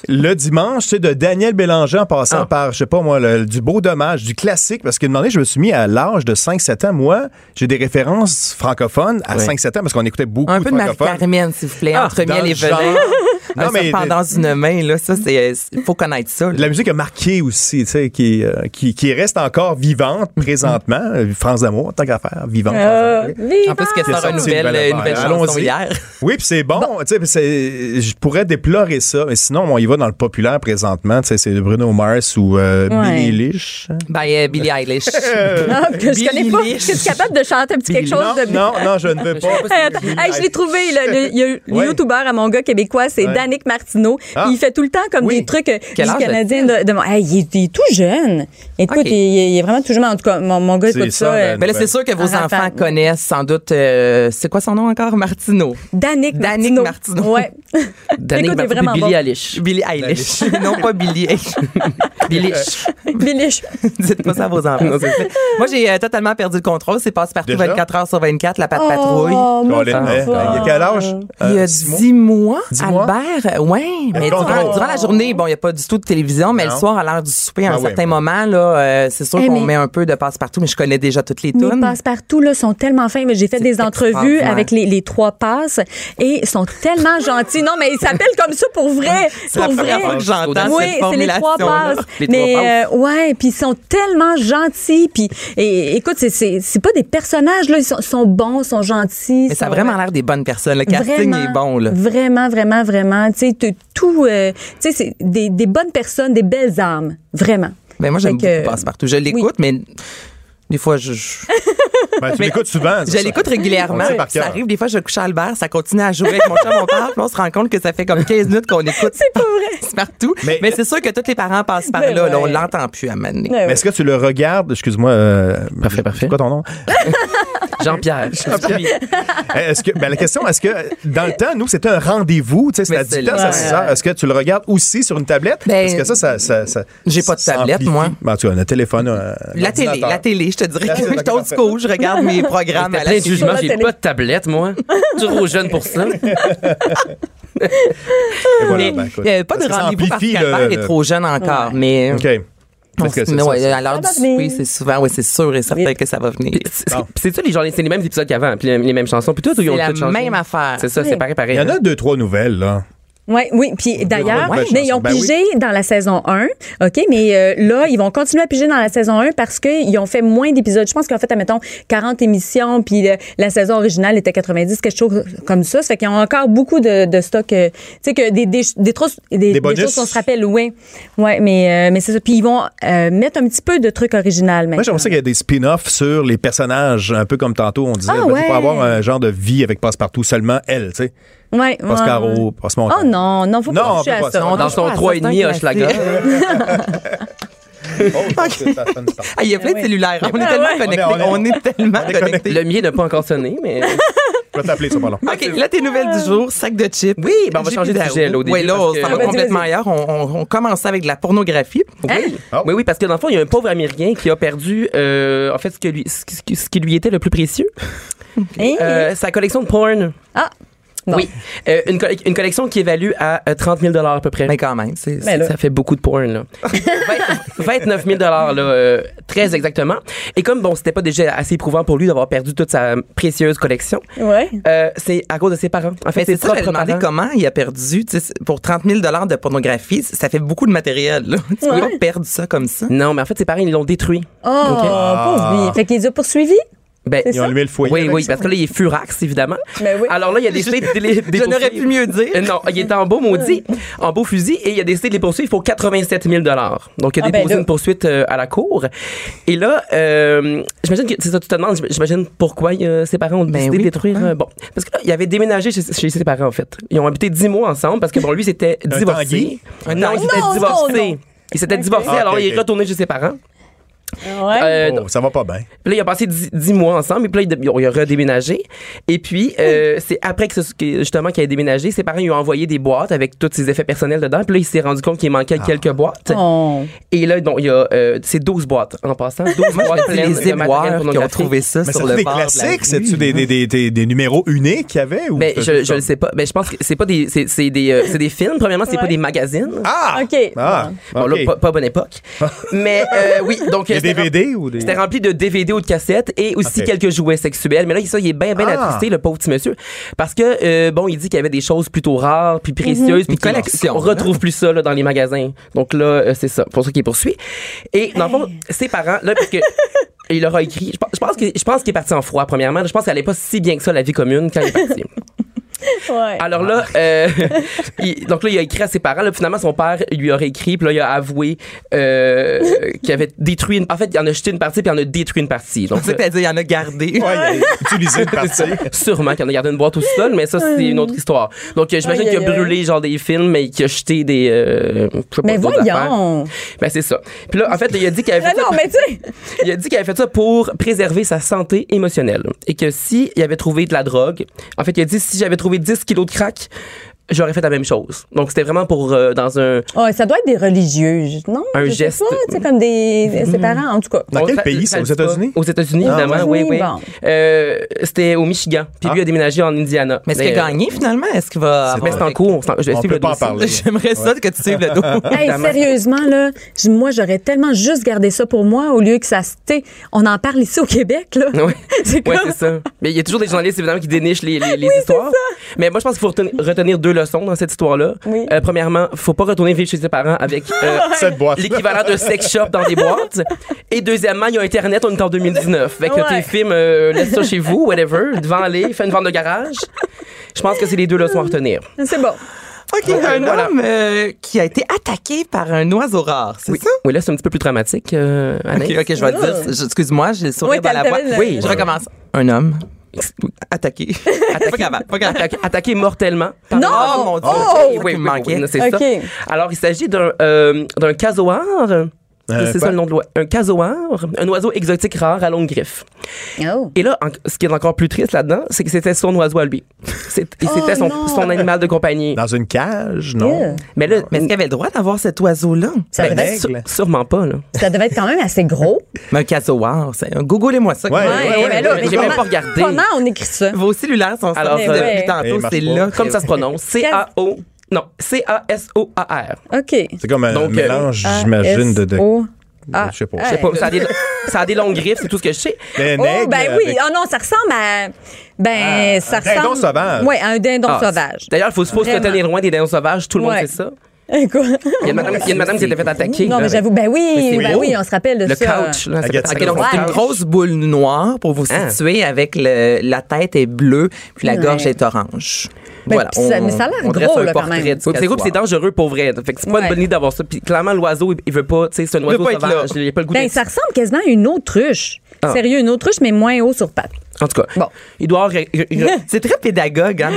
le dimanche, c'est de Daniel Bélanger en passant
Ah.
par, je sais pas moi, le- du beau dommage, du classique, parce qu'une demandé, je me suis mis à l'âge de 5-7 ans. Moi, j'ai des références francophones à
Oui.
5-7 ans, parce qu'on écoutait beaucoup
Un
de
peu de
francophones.
Marie-Carmen, s'il vous plaît,
Ah,
entre
dans
miel
le
et
genre.
venin.
Non,
Un
mais-
serpent dans une main, là, ça, c'est. Il faut connaître ça. là.
De la musique a marqué aussi, tu sais, qui, euh, qui, qui reste encore vivante présentement. Euh, France d'amour, tant qu'à faire, vivante.
Euh,
France d'amour.
En plus, qu'elle
C'est
sort une
sorti,
nouvelle,
Valentin.
une nouvelle chanson
Allons-y.
hier.
Oui, puis c'est bon, tu sais, puis c'est- je pourrais déplorer ça, mais sinon, on y va dans le populaire présentement, tu sais, c'est Bruno Mars ou euh,
Ouais.
Billie Eilish.
By euh, Billie Eilish.
Ah, que je connais pas.
Billie
Est-ce que tu es capable de chanter un petit quelque chose
Non,
de
non, non, je ne veux pas.
Hey, attends. Hey, je l'ai trouvé, là. le, il y a eu- le
Ouais.
youtubeur à mon gars québécois, c'est
Ouais.
Danick Martineau.
Ah.
Il fait tout le temps comme
Oui.
des trucs euh,
Quel
du
âge
Canadien. De, de mon- Hey, il, est, il est tout jeune. Écoute,
Ok.
il, il est vraiment tout jeune. En tout cas, mon, mon gars
C'est
écoute ça.
ça,
euh,
Ben,
Mais là, c'est sûr que vos
Ah,
enfants
attends.
connaissent sans doute. euh, c'est quoi son nom encore? Martineau.
Danick
Danick
Martineau.
Martineau.
Ouais. Écoute, il
Danick
est
Martin,
vraiment
Billie
bon.
Eilish.
Billie Eilish. non pas Billie Eilish. Billie Eilish.
Billy-
Dites pas ça à vos enfants. non, c'est fait. Moi, j'ai euh, totalement perdu le contrôle. C'est passe-partout
Déjà?
24 heures sur 24, la patte patrouille.
Oh, mon
Colin, hein,
enfant.
Il y a quel âge?
Il y
Euh,
a
six mois?
10 mois,
Dix mois?
Albert. Oui, mais
le
durant,
contrôle.
durant la journée, bon, il n'y a pas du tout de télévision, mais
Non.
le soir, à l'heure du souper, à
Ah
un
oui,
certain
mais-
moment, là, euh, c'est sûr
Eh,
qu'on
mais-
met un peu de passe-partout, mais je connais déjà toutes les
Mes
tunes.
passe-partout là sont tellement fins. Mais J'ai fait des entrevues
extraordinaire.
avec les, les trois passes et ils sont tellement gentils. Non, mais ils s'appellent comme ça pour vrai.
la
pour
première
vrai.
fois que j'entends
Oui,
cette
c'est les trois
formulation-là.
passes.
Les trois
mais euh, ouais, puis ils sont tellement gentils. Puis et- écoute, c'est- c'est c'est pas des personnages là, ils sont, sont bons, sont gentils.
Mais ça a
sont-
vraiment l'air des bonnes personnes. Le casting
Vraiment,
est bon, là.
Vraiment, vraiment, vraiment. Tu sais, t'as tout. euh, tu sais, c'est des, des bonnes personnes, des belles âmes. Vraiment.
Ben, moi, j'aime
Fait que-
beaucoup Passe-Partout. Je l'écoute, mais des fois, je, je,
Ben, tu
Mais-
l'écoutes souvent. c'est
je
ça.
l'écoute
On
régulièrement.
le sait par
Ça
cœur.
arrive, des fois, je couche à Albert, ça continue à jouer avec mon chum, on parle, puis on se rend compte que ça fait comme 15 minutes qu'on écoute
C'est pas vrai.
Passe-Partout. Mais,
Mais-
c'est sûr que tous les parents passent par
Ben
là, là. On
ouais.
l'entend plus à mener.
Ouais,
Mais est-ce que tu le regardes? Excuse-moi. euh,
Parfait,
c'est
parfait.
quoi ton nom?
Jean-Pierre.
Est-ce que, ben, la question, est-ce que dans le temps, nous, c'était un rendez-vous, tu sais, c'était
Mais
à
c'est
10 ans,
là.
à 6 heures. Est-ce que tu le regardes aussi sur une tablette?
Ben,
Parce que ça, ça. ça, ça-
j'ai pas de
ça
tablette,
amplifie.
moi.
Ben, tu as un téléphone. un
La télé,
ordinateur.
la télé, je te dirais
La
que
télé,
je t'ose
Ah, parfait.
cool, je regarde mes programmes à
T'as
la
plein de
télé.
jugements, j'ai
télé.
pas de tablette, moi. Toujours jeune pour ça.
Et voilà,
Mais,
ben, écoute.
euh, pas de
Parce que ça
rendez-vous parce
amplifie
qu'Albert
le-
est trop jeune encore, mais
OK.
on
Parce que
se-
c'est
mais
ça,
ouais,
c'est-
à l'heure du
Ça va venir.
souper, c'est souvent, oui, c'est sûr et certain
Oui.
que ça va venir.
C'est- C'est ça, les, gens, c'est les mêmes épisodes qu'avant, puis les, les mêmes chansons, puis tout, ou ils
C'est
ont
la
tout changé?
même affaire.
C'est ça, c'est pareil, pareil.
Il y en a deux, trois nouvelles, là.
Ouais, oui, puis d'ailleurs,
ouais, ouais,
mais ils ont
ben oui.
pigé dans la saison 1, OK, mais euh, là, ils vont continuer à piger dans la saison 1 parce qu'ils ont fait moins d'épisodes. Je pense qu'ils ont fait, admettons, 40 émissions, puis euh, la saison originale était 90, quelque chose comme ça. Ça fait qu'ils ont encore beaucoup de, de stock, euh, tu sais, que des, des, des, trous- des- des
bonus.
choses qu'on se rappelle, oui. Ouais, mais, euh, mais c'est ça. Puis ils vont euh, mettre un petit peu de trucs originaux
Moi,
maintenant.
j'aimerais ça qu'il y ait des spin-offs sur les personnages, un peu comme tantôt, on disait.
Ah,
ben,
ouais.
Pour avoir un genre de vie avec Passe-Partout, seulement elle, tu sais.
Ouais,
Passe
ouais,
Caro,
ouais.
Passe Montagne.
Oh non, non, faut
Non,
pas
on
toucher
peut
à
pas
ça.
ça.
Dans
Je
son
pense que
3,5
c'est un
Hochelaga.
classique. Ah, Il y a plein de
Ben Ouais.
cellulaires. On est
Ah
tellement
ouais.
connectés.
On est- on
On est tellement connectés.
Le mien n'a pas encore sonné, mais.
Hein?
Je vais t'appeler, ça, pas long.
OK, là, tes nouvelles du jour, sac de chips.
Oui, ben, on va
J'ai
changer
plus
de sujet, là, au début,
Oui, là, on
parce que-
s'en
Ah,
va
vas-y,
complètement
ben, vas-y.
ailleurs. On, on- on commence avec de la pornographie.
Oui.
Oh.
oui, oui, parce que dans le fond, il y a un pauvre Américain qui a perdu, euh, en fait, ce, que lui, ce, qui- ce qui lui était le plus précieux,
Hein?
euh, sa collection de porn.
Ah, Non.
Oui. Euh, une, colle- une collection qui évalue à euh, 30 000 à peu près.
Mais quand même, c'est.
Mais là-
Ça fait beaucoup de porn, là. Vingt- 29 000 là, euh, très exactement. Et comme, bon, c'était pas déjà assez éprouvant pour lui d'avoir perdu toute sa précieuse collection,
Ouais.
euh, c'est hein. à cause de ses parents. En fait,
Mais c'est
ses
ça, je
propres
demandé
parents.
comment il a perdu, tu sais, c'est- pour 30 000 de pornographie, ça fait beaucoup de matériel, là. Tu peux pas perdre ça comme ça.
Non, mais en fait, ses parents, ils l'ont détruit.
Oh,
Ah.
pauvre lui. Fait qu'il les a poursuivis.
Ben,
C'est
Ils ont allumé le foyer.
oui,
avec
oui,
ça.
parce que là, il est furax, évidemment.
Ben oui.
Alors là, il a décidé de les de les
Je n'aurais
poursuivre.
pu mieux dire.
Euh, Non, il était en beau maudit, en beau fusil, et il a décidé de les poursuivre pour 87 000 Donc, il a
Ah, ben
déposé
là.
une poursuite euh, à la cour. Et là, euh, j'imagine que c'est ça, tu te demandes, j'imagine pourquoi euh, ses parents ont
Ben
décidé de
oui,
détruire. euh, bon, parce que là, il avait déménagé chez, chez ses parents, en fait. Ils ont habité 10 mois ensemble parce que, bon, lui, c'était
Un
divorcé. non, il s'était
Non, non,
divorcé.
non.
Il s'était divorcé,
Ah, ok,
alors il est
ok.
retourné chez ses parents.
Ouais.
Euh,
Oh, ça va pas bien.
puis là, il a passé dix dix mois ensemble, et puis là, il a- il a redéménagé. Et puis, euh, c'est après que, ce- que, justement qu'il a déménagé, ses parents lui ont envoyé des boîtes avec tous ses effets personnels dedans. Puis là, il s'est rendu compte qu'il manquait quelques boîtes.
Oh.
Et là, donc, il y a, euh, c'est 12 boîtes en passant. 12 boîtes
C'est
pleines
les
de matériel
éboueurs qui ont
pornographique.
trouvé ça
Mais
sur
c'est
le
des
bord de la
classiques?
rue.
C'est-tu des, des, des, des, des numéros uniques qu'il y avait? Ou
Ben,
c'était
je,
juste
je
comme-
le sais pas. Ben, je pense que c'est pas des, c'est, c'est des, euh, c'est des films. Premièrement, c'est
Ouais.
pas des magazines.
Ah!
OK.
Ah,
Bon, là,
ok.
pas, pas bonne époque. Mais euh, oui, donc.
Des
euh, c'était-
DVD ou des.
C'était rempli de DVD ou de cassettes et aussi
Ok.
quelques jouets sexuels. Mais là, ça, il est bien, bien
Ah.
attristé, le pauvre petit monsieur. Parce que, euh, bon, il dit qu'il y avait des choses plutôt rares, puis précieuses, puis
Une
qu'on-
collection,
qu'on retrouve plus ça là, dans les magasins. Donc là, euh, c'est ça. pour ça qu'il poursuit. Et dans le fond, ses parents, là, parce que. Il leur a écrit. Je pense- je pense que- je pense qu'il est parti en froid, premièrement. Je pense qu'elle allait pas si bien que ça, la vie commune, quand il est parti.
Ouais.
Alors là, euh, il- donc là, il a écrit à ses parents. Là, finalement, son père lui aurait écrit, puis là, il a avoué euh, qu'il avait détruit une. En fait, il en a jeté une partie, puis il en a détruit une partie. Donc, euh,
C'est-à-dire, il y en a gardé.
Ouais, il a utilisé une partie.
sûrement qu'il en a gardé une boîte au sol, mais ça, c'est une autre histoire. Donc, euh, j'imagine
Aïe,
qu'il a
aïe, aïe.
brûlé, genre, des films, mais qu'il a jeté des. euh, je sais pas,
Mais
d'autres
voyons.
affaires. Ben, c'est ça. Puis là, en fait, il a dit qu'il avait
Ah
fait ça
non, mais tu sais.
il a dit qu'il avait fait ça pour préserver sa santé émotionnelle et que si il avait trouvé de la drogue, en fait, il a dit si j'avais trouvé 10 kilos de crack, j'aurais fait la même chose. Donc c'était vraiment pour euh, dans un
Ouais, ça doit être des religieux, je- non?
Un
je sais
geste. Mm-hmm.
pas, tu sais, comme des. Ses parents, en tout cas.
Dans
on-
quel
ça-
pays,
ça
c'est aux
dit pas.
États-Unis?
Aux États-Unis,
Ah,
évidemment,
aux
oui, oui.
États-Unis, bon.
Euh, c'était au Michigan. Puis lui a déménagé en Indiana.
Mais est-ce qu'il a gagné finalement? Est-ce qu'il va.
Mais
avoir-
euh, c'est en cours. c'est en- Je vais
On
suivre
peut
le
pas en
dossier.
parler.
J'aimerais ça que tu suives le dos.
Hey, sérieusement, là, j- moi, j'aurais tellement juste gardé ça pour moi au lieu que ça se. tu sais, On en parle ici au Québec, là.
Ouais.
C'est
Ouais,
comme-
c'est ça. Mais il y a toujours des journalistes, évidemment, qui dénichent les, les, les histoires. Mais moi, je pense qu'il faut retenir, retenir deux leçons dans cette histoire-là.
Oui.
Euh, premièrement, faut pas retourner vivre chez ses parents avec euh,
Cette boîte.
l'équivalent de sex shop dans des boîtes. Et deuxièmement, il y a Internet, on est en 2019. Fait que
Ouais.
tes films, euh, laisse ça chez vous, whatever, devant-les, fais une vente de garage. Je pense que c'est les deux leçons à retenir.
C'est bon.
OK,
Donc,
un
voilà.
homme euh, qui a été attaqué par un oiseau rare, c'est
Oui.
ça?
Oui, là, c'est un petit peu plus dramatique, euh, Anaïs.
OK, OK, je vais le dire. Je- Excuse-moi, j'ai le sourire
Oui,
dans la
t'as-
voix.
t'avais le-
Oui, je
Ouais.
recommence. Un homme attaqué. Pas capable, pas capable.
Attaqué, attaqué mortellement. par-
Non!
Oh, mon Dieu.
Oh!
oui, oui,
Il me
oui,
manquait.
oui, c'est ça.
Ok.
Alors, il s'agit d'un euh, d'un casoar. c'est
Euh, quoi?
ça le nom de l'oiseau. Un casoar, un oiseau exotique rare à longue griffe.
Oh.
Et là, en- ce qui est encore plus triste là-dedans, c'est que c'était son oiseau à lui. C'est- et C'était
Oh, non.
son, son animal de compagnie.
Dans une cage, non?
Yeah.
Mais là,
Mais est-ce qu'il avait le droit d'avoir cet oiseau-là?
Ça
Ben,
devait, être-
mec.
sû- sûrement pas, là.
ça devait être quand même assez gros.
Mais un casoar, c'est un. Googlez-moi ça.
Ouais.
Ouais, mais là,
ouais,
mais
j'ai même
comment-
pas regardé.
Comment on écrit ça?
Vos cellulaires sont
Alors,
sortis
euh,
depuis
ouais.
Eh,
tantôt,
marche
c'est
pas.
là.
Comme ça se prononce. C-A-O. Non, C-A-S-O-A-R.
OK.
C'est comme un
Donc, euh,
mélange, j'imagine, de. de-
O- A-
Je sais pas.
R.
Je sais pas, ça a, des, ça a des longues griffes, c'est tout ce que je sais.
Mais un
Oh,
aigle
ben oui.
euh, avec- Ah,
Ah non, ça ressemble à. Ben, ça
un dindon
ressemble.
sauvage.
Oui, à un dindon
Ah,
sauvage.
D'ailleurs, il faut, faut se
Vraiment.
tenir loin des dindons sauvages, tout le monde
Ouais.
sait ça.
Quoi?
Il y a une madame, il y a une madame qui s'était fait attaquer.
Non, mais
là, avec-
j'avoue, ben
Mais
oui,
c'est
ben
beau.
oui, on se rappelle de
Le
ça.
couch, là.
Agathe
c'est- ok, donc,
Saint-Laurent.
c'est une
Ouais.
grosse-
Grosse boule noire pour vous
Hein?
situer avec le- la tête est bleue puis la
Ouais.
gorge est orange.
Mais puis ça- mais ça a l'air
on
gros,
dresse un
là, quand
portrait
même.
du
Oui, puis c'est gros, puis c'est
casoar.
dangereux pour vrai. Fait que c'est pas
Ouais.
une bonne idée d'avoir ça. Puis clairement, l'oiseau, il- il veut pas, tu sais, c'est un oiseau
pas être là.
sauvage. Il a pas le goût
Ben,
d'être-
ça ressemble quasiment à une autruche.
Ah.
Sérieux, une autruche, mais moins haut sur patte.
En tout cas,
Bon.
il doit avoir. re- re-
C'est très pédagogue, hein?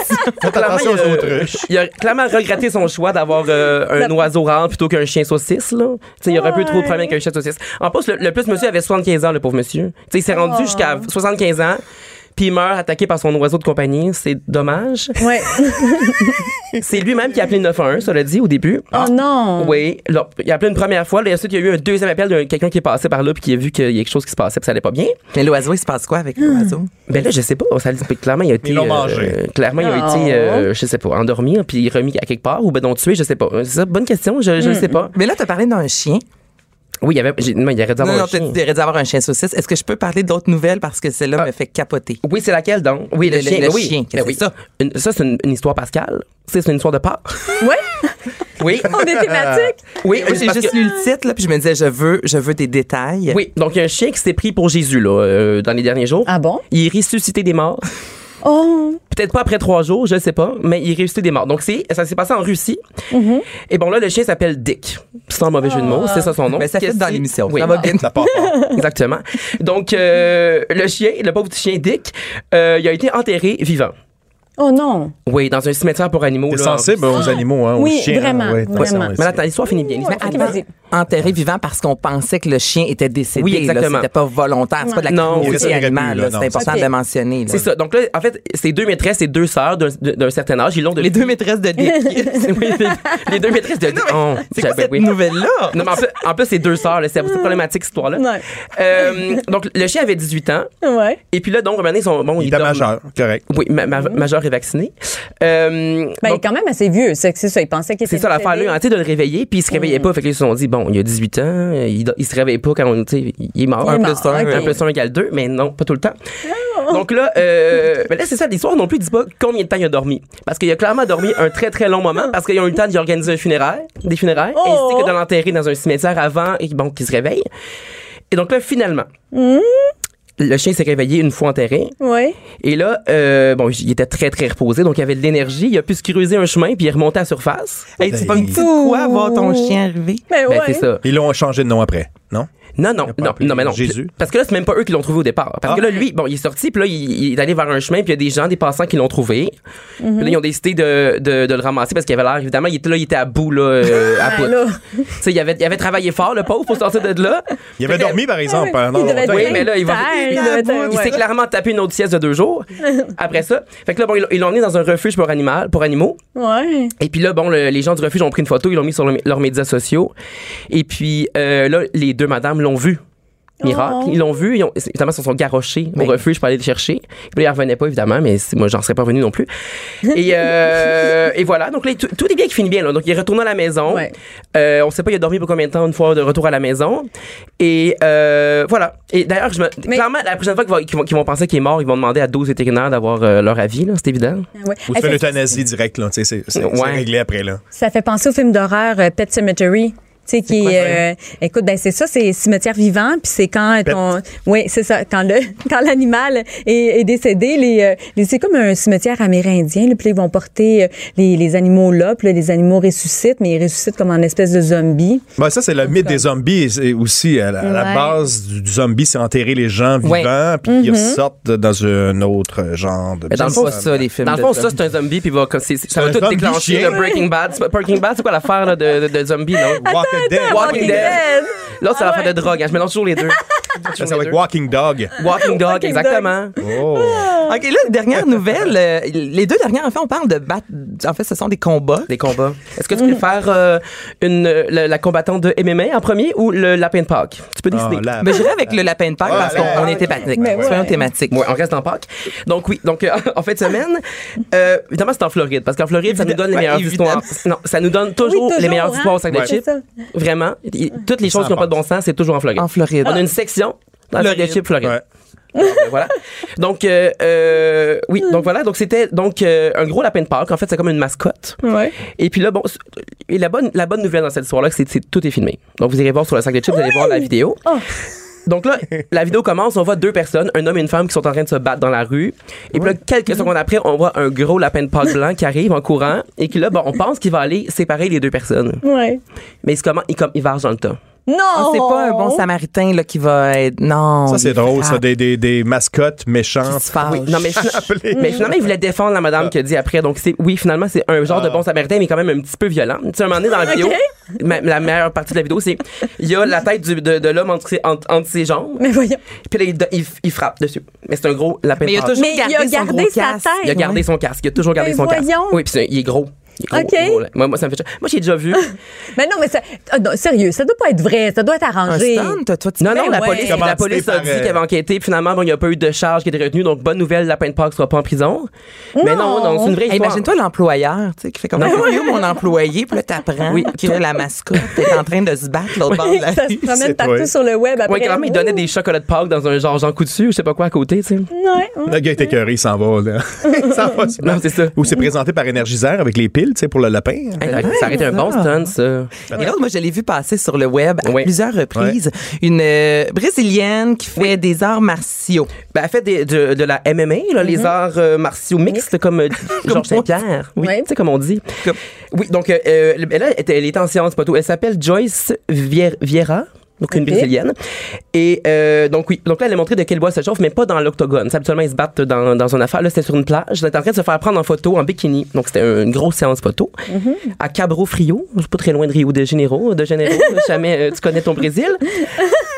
Oui. Clairement,
attention
il a-
aux autruches.
Il a clairement regretté son choix d'avoir euh, un oiseau rare plutôt qu'un chien saucisse. Là. Tu sais, Il aurait pu trop de problèmes avec un chien saucisse. En plus, le, le plus monsieur avait 75 ans, le pauvre monsieur. Tu sais, il s'est rendu jusqu'à 75 ans. puis il meurt attaqué par son oiseau de compagnie. C'est dommage.
Ouais.
Euh. C'est lui-même qui a appelé le 911, ça l'a dit au début. Ah.
Oh non.
Oui, là, il a appelé une première fois, là, ensuite il y a eu un deuxième appel de quelqu'un qui est passé par là puis qui a vu qu'il y a quelque chose qui se passait, puis ça allait pas bien.
Mais l'oiseau, il se passe quoi
Ah.
avec l'oiseau?
Ben là, je sais pas, ça le dit, clairement il a été
l'ont
euh,
mangé.
clairement il a
Oh.
été euh, je sais pas, endormi hein, puis remis à quelque part ou ben non tué, je sais pas. C'est ça, bonne question, je
Hmm.
je sais pas.
Mais là, t'as parlé d'un chien.
Oui, il y avait j'ai- non, il aurait dû
Non,
avoir
non,
un
t'as
chien.
dit t'aurais dû avoir un chien saucisse. Est-ce que je peux parler d'autres nouvelles parce que celle-là me fait capoter?
Oui, c'est laquelle donc? Oui, le,
Le- le-
chien.
le
oui.
chien,
Ben
qu'est-ce
oui.
que c'est ça?
Une- ça, c'est une, une histoire pascale. Ça, C'est une histoire de Pâques.
Ouais.
Oui.
On est thématique.
oui,
Moi, J'ai
parce
juste
que-
lu le titre, là, puis je me disais, je veux, je veux des détails.
Oui, donc il y a un chien qui s'est pris pour Jésus là, euh, dans les derniers jours.
Ah bon?
Il est ressuscité des morts.
Oh.
Peut-être pas après trois jours, je ne sais pas, mais il réussit des morts. Donc, c'est, ça s'est passé en Russie.
Mm-hmm.
Et bon, là, le chien s'appelle Dick. Sans mauvais jeu de
Ah.
mots, c'est ça son nom.
Mais Ben, ça fait
Qu'est-ce
dans
qui-
l'émission.
Oui,
Ça va bien.
Ça part pas.
exactement. Donc, euh,
Mm-hmm.
le chien, le pauvre petit chien Dick, euh, il a été enterré vivant.
Oh non.
Oui, dans un cimetière pour animaux.
T'es
là,
sensible aux animaux, hein, aux
Oui,
chiens. hein,
vraiment,
ouais, t'as
vraiment.
raison, ouais,
Mais là, attends, l'histoire finit bien.
Ouais,
L'histoire-
ok, vas-y.
Enterré vivant parce qu'on pensait que le chien était décédé.
Oui,
là.
exactement.
C'était pas volontaire. C'est pas de la
Non,
il
cruauté
resterait
animale.
plus,
là.
là,
C'est
non.
important
Ok.
de le mentionner. là.
C'est ça. Donc là, en fait, c'est deux maîtresses et deux sœurs d'un- d'un certain âge. Ils l'ont
Les deux maîtresses de Dick.
les deux maîtresses de Dick. Oh,
C'est quoi
j'avais-
cette
oui.
nouvelle-là?
Non, mais en plus, en plus, c'est deux sœurs, là, c'est c'est problématique cette histoire-là.
Ouais.
Euh, donc, le chien avait 18 ans.
Ouais.
Et puis là, donc, à un moment donné, ils sont- bon,
Il
ils
était
dorment-
majeur, correct.
Oui, ma- ma- majeur est vacciné. Euh,
Ben, il est
donc,
quand même assez vieux, c'est c'est ça. Il pensait qu'il était.
c'est ça l'affaire, là,
décédé.
hein,
Mm.
tu sais, de le réveiller, puis il se réveillait pas. Fait que là, ils se sont dit, bon, il a 18 ans, euh, il, do- il se réveille pas quand on, tu sais, il est mort.
Il est
Un
mort,
plus un,
ok.
un plus un égale deux, mais non, pas tout le temps. Donc là, euh, ben là c'est ça, l'histoire non plus dit pas combien de temps il a dormi. Parce qu'il a clairement dormi un très très long moment, parce qu'ils ont eu le temps d'y organiser un funéraire, des funérailles,
Oh!
ainsi que de l'enterrer dans un cimetière avant, et bon, qu'il se réveille. Et donc là, finalement,
Mm.
le chien s'est réveillé une fois enterré.
Ouais.
Et là, euh, bon, il était très, très reposé, donc il avait de l'énergie. Il a pu se creuser un chemin, puis il est remonté à la surface.
Hey, tu pas une petite
Ouh.
quoi voir ton chien arriver?
Ben,
Ben,
ouais.
c'est ça.
Ils l'ont changé de nom après, non?
Non, non,
Il a pas
non,
appelé
non, mais non.
Jésus.
Parce que là, c'est même pas eux qui l'ont trouvé au départ. Parce que
Ah.
là, lui, bon, il est sorti, puis là, il, il est allé vers un chemin, puis il y a des gens, des passants qui l'ont trouvé. Puis là, ils ont décidé de, de, de le ramasser parce qu'il avait l'air, évidemment, il était là, il était à bout, là, euh, à bout.
là.
Tu sais, il avait, il avait travaillé fort, le pauvre, pour sortir de là.
Il avait dormi, par exemple, pendant
Ah Il devait
longtemps.
être
Oui,
bien
mais là, il va-
tard,
il
devait
aboie,
être-
Il
ouais.
s'est clairement tapé une autre sieste de deux jours après ça. Fait que là, bon, ils l'ont- ils l'ont emmené dans un refuge pour, animal, pour animaux.
Ouais.
Et puis là, bon, le- les gens du refuge ont pris une photo, ils l'ont mis sur le- leurs médias sociaux. Et puis euh, là, les deux madames l'ont vu. Miracle.
Oh.
Ils l'ont vu, ils ont, évidemment, ils se sont garochés au refuge pour aller le chercher. Puis là, ils revenaient pas, évidemment, mais c'est- moi, j'en serais pas venu non plus. Et, euh, et voilà. Donc là, tout, tout est bien qui finit bien. Là. Donc, il est retourné à la maison.
Ouais.
Euh, on sait pas, il a dormi pour combien de temps une fois de retour à la maison. Et euh, voilà. Et d'ailleurs, je me-
Mais-
clairement, la prochaine fois qu'ils vont, qu'ils vont- qu'ils vont penser qu'il est mort, ils vont demander à 12 vétérinaires d'avoir euh, leur avis, là, c'est évident.
Ouais.
Ou
Hey,
tu fais
ça-
l'euthanasie directe, là. tu sais, C'est c'est- c'est
Ouais.
réglé après, là.
Ça fait penser au film d'horreur euh, Pet Cemetery. Tu sais, qui,
quoi,
euh, écoute, ben c'est ça, c'est cimetière vivant, puis c'est quand ton, oui, c'est ça, quand le, quand l'animal est, est décédé, les, euh, les- c'est comme un cimetière amérindien, là, puis ils vont porter euh, les, les animaux là, puis là, les animaux ressuscitent, mais ils ressuscitent comme en espèce de zombie.
Ben, ça, c'est le mythe des zombies c'est aussi. À la, à la
Ouais.
base du, du zombie, c'est enterrer les gens vivants,
Ouais.
puis ils ressortent dans un autre genre de.
Mais dans le fond,
J'aime pas ça, les films
Dans le
de
fond, ça,
zombies.
c'est un zombie, puis va, c'est- c'est- ça va
un
tout
zombie
déclencher
chien.
le Breaking Bad. C'est pas- Breaking Bad, c'est quoi l'affaire là, de, de, de zombie, non?
Walking Euh, Dead.
Walking
Ah, Walking
Dead.
Dead.
Là, c'est l'affaire de drogue. hein. Je mélange toujours les deux.
Ça,
Toujours
ça
les
va être
deux.
Walking Dog.
Walking Dog,
Walking
exactement.
Oh.
OK, là, dernière nouvelle. euh, les deux dernières, en fait, on parle de battre. En fait, ce sont des combats.
Des combats. Est-ce que tu préfères euh, une, euh, la, la combattante de MMA en premier ou le lapin de Pâques? Tu peux décider.
Ah, là.
Mais j'irai avec le lapin de Pâques
Ah,
parce
là,
qu'on
ok.
est thématique.
Mais ouais.
Soyons thématiques.
Ouais, on reste en Pâques. Donc oui, donc euh, en fin de semaine, euh, évidemment c'est en Floride parce qu'en Floride ça nous donne les
Ouais,
meilleures
évidemment.
histoires. Non, ça nous donne toujours,
toujours,
les meilleures
hein.
histoires au sac de
Ouais.
chips.
C'est ça.
Vraiment, Il- toutes les choses
en
qui n'ont pas de bon sens, c'est toujours en Floride.
En Floride.
On a une section dans le sac de
Floride.
chips Floride.
Ouais.
Donc, euh, voilà. Donc euh, euh, oui, donc voilà, donc c'était donc euh, un gros lapin de Pâques. En fait, c'est comme une mascotte.
Ouais.
Et puis là, bon, c- et la bonne, la bonne nouvelle dans cette histoire-là, c'est que tout est filmé. Donc, vous irez voir sur le sac de chips, vous allez voir la vidéo.
Oh.
Donc là, la vidéo commence, on voit deux personnes, un homme et une femme, qui sont en train de se battre dans la rue. Et puis là, quelques secondes après, on voit un gros lapin de Pâques blanc qui arrive en courant et qui là, bon, on pense qu'il va aller séparer les deux personnes.
Ouais.
Mais il, se commen- il, com- il varge dans le tas.
Non!
Ah, c'est pas un bon samaritain là, qui va être. Non.
Ça, c'est
il
drôle,
frappe,
ça, des, des, des mascottes
il
méchantes.
se
Ah,
fâche.
Non, mais, fina-
Appelé.
mais finalement, il voulait défendre la madame qui a dit après. Donc, c'est, oui, finalement, c'est un
Ah.
genre de bon samaritain, mais quand même un petit peu violent. Tu sais, un moment donné dans la vidéo, ma- la meilleure partie de la vidéo, c'est il y a la tête du- de, de l'homme entre ses, entre, entre ses jambes,
Mais voyons.
puis là, il, do- il, il frappe dessus. Mais c'est un gros lapin de
Mais il a
Pâques.
toujours
Mais
gardé,
il a
son gros
gardé sa
casque.
tête.
Il a gardé son casque. Il a toujours gardé
Mais
son
voyons.
casque. Oui, puis c'est- il est gros. Il est gros,
OK.
il est gros, là. moi, moi, ça me fait chier. Moi, j'ai déjà vu.
Mais non, mais ça, ah, non, sérieux, ça doit pas être vrai, ça doit être
Un
arrangé.
stand, toi, toi, tu
Non, non, la
Ben ouais.
police, la
Commandité
police a
par,
dit
euh,
qu'elle avait enquêté. puis Finalement, bon, il n'y a pas eu de charge qui était retenue. Donc, bonne nouvelle, la peine de Pâques ne sera pas en prison. Mais non, non, c'est une vraie
Ah,
Hey,
histoire.
Imagine-toi l'employeur, tu sais, qui fait comme oui, mon employé, puis là, t'apprends
Oui.
que la mascotte est en train de se battre l'autre bord de la
ça se
rue.
Oh, c'est
promène partout
toi.
sur le web après.
Ouais, quand même, il donnait des chocolats de Pâques dans un genre Jean Coutu, je sais pas quoi à côté, tu sais.
Mm. Ouais, hein. ouais.
Le gars est écœuré, il s'en va. Là. il s'en va.
Non, c'est ça.
Ou c'est présenté par Énergiseur avec les piles, tu sais, pour le lapin.
Hey, ça,
Ah,
ça aurait été un bon stunt, ça.
Et l'autre, moi, je l'ai vu passer sur le web à
Ouais.
plusieurs reprises. Une euh, Brésilienne qui fait des arts martiaux.
Ben, elle fait des- de, de la MMA, là,
Mm-hmm.
les arts euh, martiaux mixtes, comme euh, Georges Saint-Pierre. Oui,
Ouais.
tu sais, comme on dit. Oui, donc, euh, euh, elle, elle était- elle est en sciences, pas tout. Elle s'appelle Joyce Vier- Vieira. Donc, une
Ok.
brésilienne. Et euh, donc, oui. Donc, là, elle a montré de quel bois elle se chauffe, mais pas dans l'octogone. C'est Habituellement, ils se battent dans, dans une affaire. Là, c'était sur une plage. Elle était en train de se faire prendre en photo en bikini. Donc, c'était une grosse séance photo. À Cabo Frio. Je suis pas très loin de Rio de Janeiro. De Janeiro. jamais euh, tu connais ton Brésil.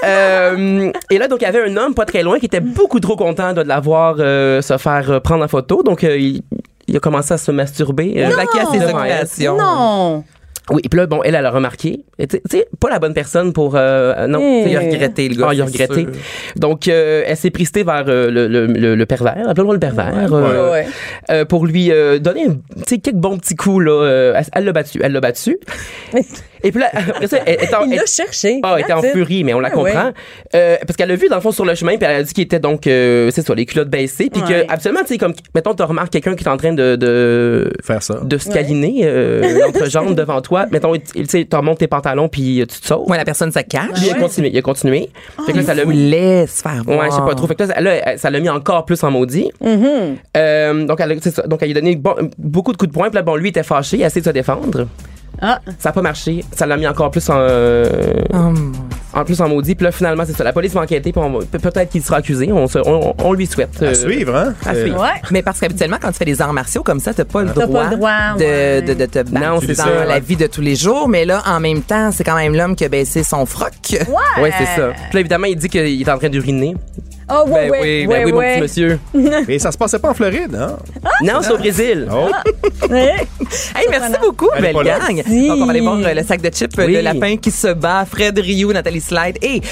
Euh, et là, donc, il y avait un homme pas très loin qui était beaucoup trop content de la voir euh, se faire euh, prendre en photo. Donc, euh, il, il a commencé à se masturber. euh,
Plaqué à ses
devant elle.
occupations.
Non.
Oui, et puis là, bon, elle, elle a remarqué. Et Tu sais- tu sais, pas la bonne personne pour. euh, euh, non,
Hey.
Tu sais,
Il a regretté, le gars.
Ah, il a
c'est
regretté.
sûr.
Donc, euh, elle s'est pristée vers euh, le, le, le, le pervers, appelons-le le pervers, euh,
ouais, ouais.
euh, pour lui euh, donner un- tu sais, quelques bons petits coups. Là, euh, elle- elle l'a battu, elle l'a battu. Et puis là, après ça, elle, elle-
Il
elle-
l'a cherché.
ah, elle était en
That's it.
furie, mais on la
Ah ouais.
comprend. Euh, parce qu'elle l'a vu, dans le fond, sur le chemin, puis elle a dit qu'il était donc, euh, c'est ça, les culottes baissées. Puis
Ouais.
que, absolument, tu sais, comme, mettons, tu remarques quelqu'un qui est en train de, de,
Faire ça.
de se câliner, euh, l'entrejambe devant toi. Mettons, tu sais, tu remontes tes pantalons, puis euh, tu te sauves.
Ouais, la personne se cache.
Puis il a continué, il a continué. fait que là, ça l'a
Il
mis.
voulait se faire voir.
Ouais, je sais pas trop. Fait que là, ça- là, elle- ça l'a mis encore plus en maudit. Euh, donc, elle, a- c'est ça. donc, elle lui a donné bon- beaucoup de coups de poing. Puis là, bon, lui était fâché, il a essayé de se défendre.
Ah.
Ça n'a pas marché. Ça l'a mis encore plus en. euh,
Oh, mon-
en plus, on maudit. Puis là, finalement, c'est ça. La police va enquêter. Puis on- pe- peut-être qu'il sera accusé. On, se- on, on lui souhaite. euh,
À suivre, hein?
à
Euh,
suivre.
Ouais.
Mais parce qu'habituellement, quand tu fais des arts martiaux comme ça, t'as pas le
T'as
droit,
pas le droit, ouais.
de, de, de te battre
Non,
c'est
dans
ça,
la
ouais.
vie de tous les jours. Mais là, en même temps, c'est quand même l'homme qui a baissé son froc.
Ouais, c'est ça. Puis là, évidemment, il dit qu'il est en train d'uriner.
Oh, ouais,
Ben
ouais,
oui, ben
ouais,
oui, mon
ouais.
petit monsieur.
Mais ça se passait pas en Floride, hein?
non, c'est au Brésil.
Oh,
Ouais.
Hey, merci beaucoup,
Elle est
belle
pas là.
gang.
Merci.
Donc, on va aller voir euh, le sac de chips euh,
Oui.
de lapin qui se bat. Fred Rioux, Nathalie Slide et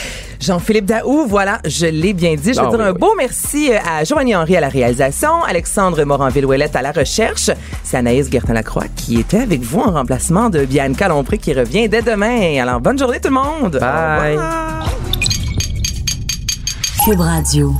Jean-Philippe Daou. Voilà, je l'ai bien dit. Je veux
Ah,
dire
oui,
un
oui.
beau merci euh, à Giovanni Henry à la réalisation, Alexandre Moranville-Ouellette à la recherche. C'est Anaïs Gertin-Lacroix qui était avec vous en remplacement de Bianca Lompré qui revient dès demain. Alors, bonne journée tout le monde.
Bye.
Au revoir.
Cube Radio.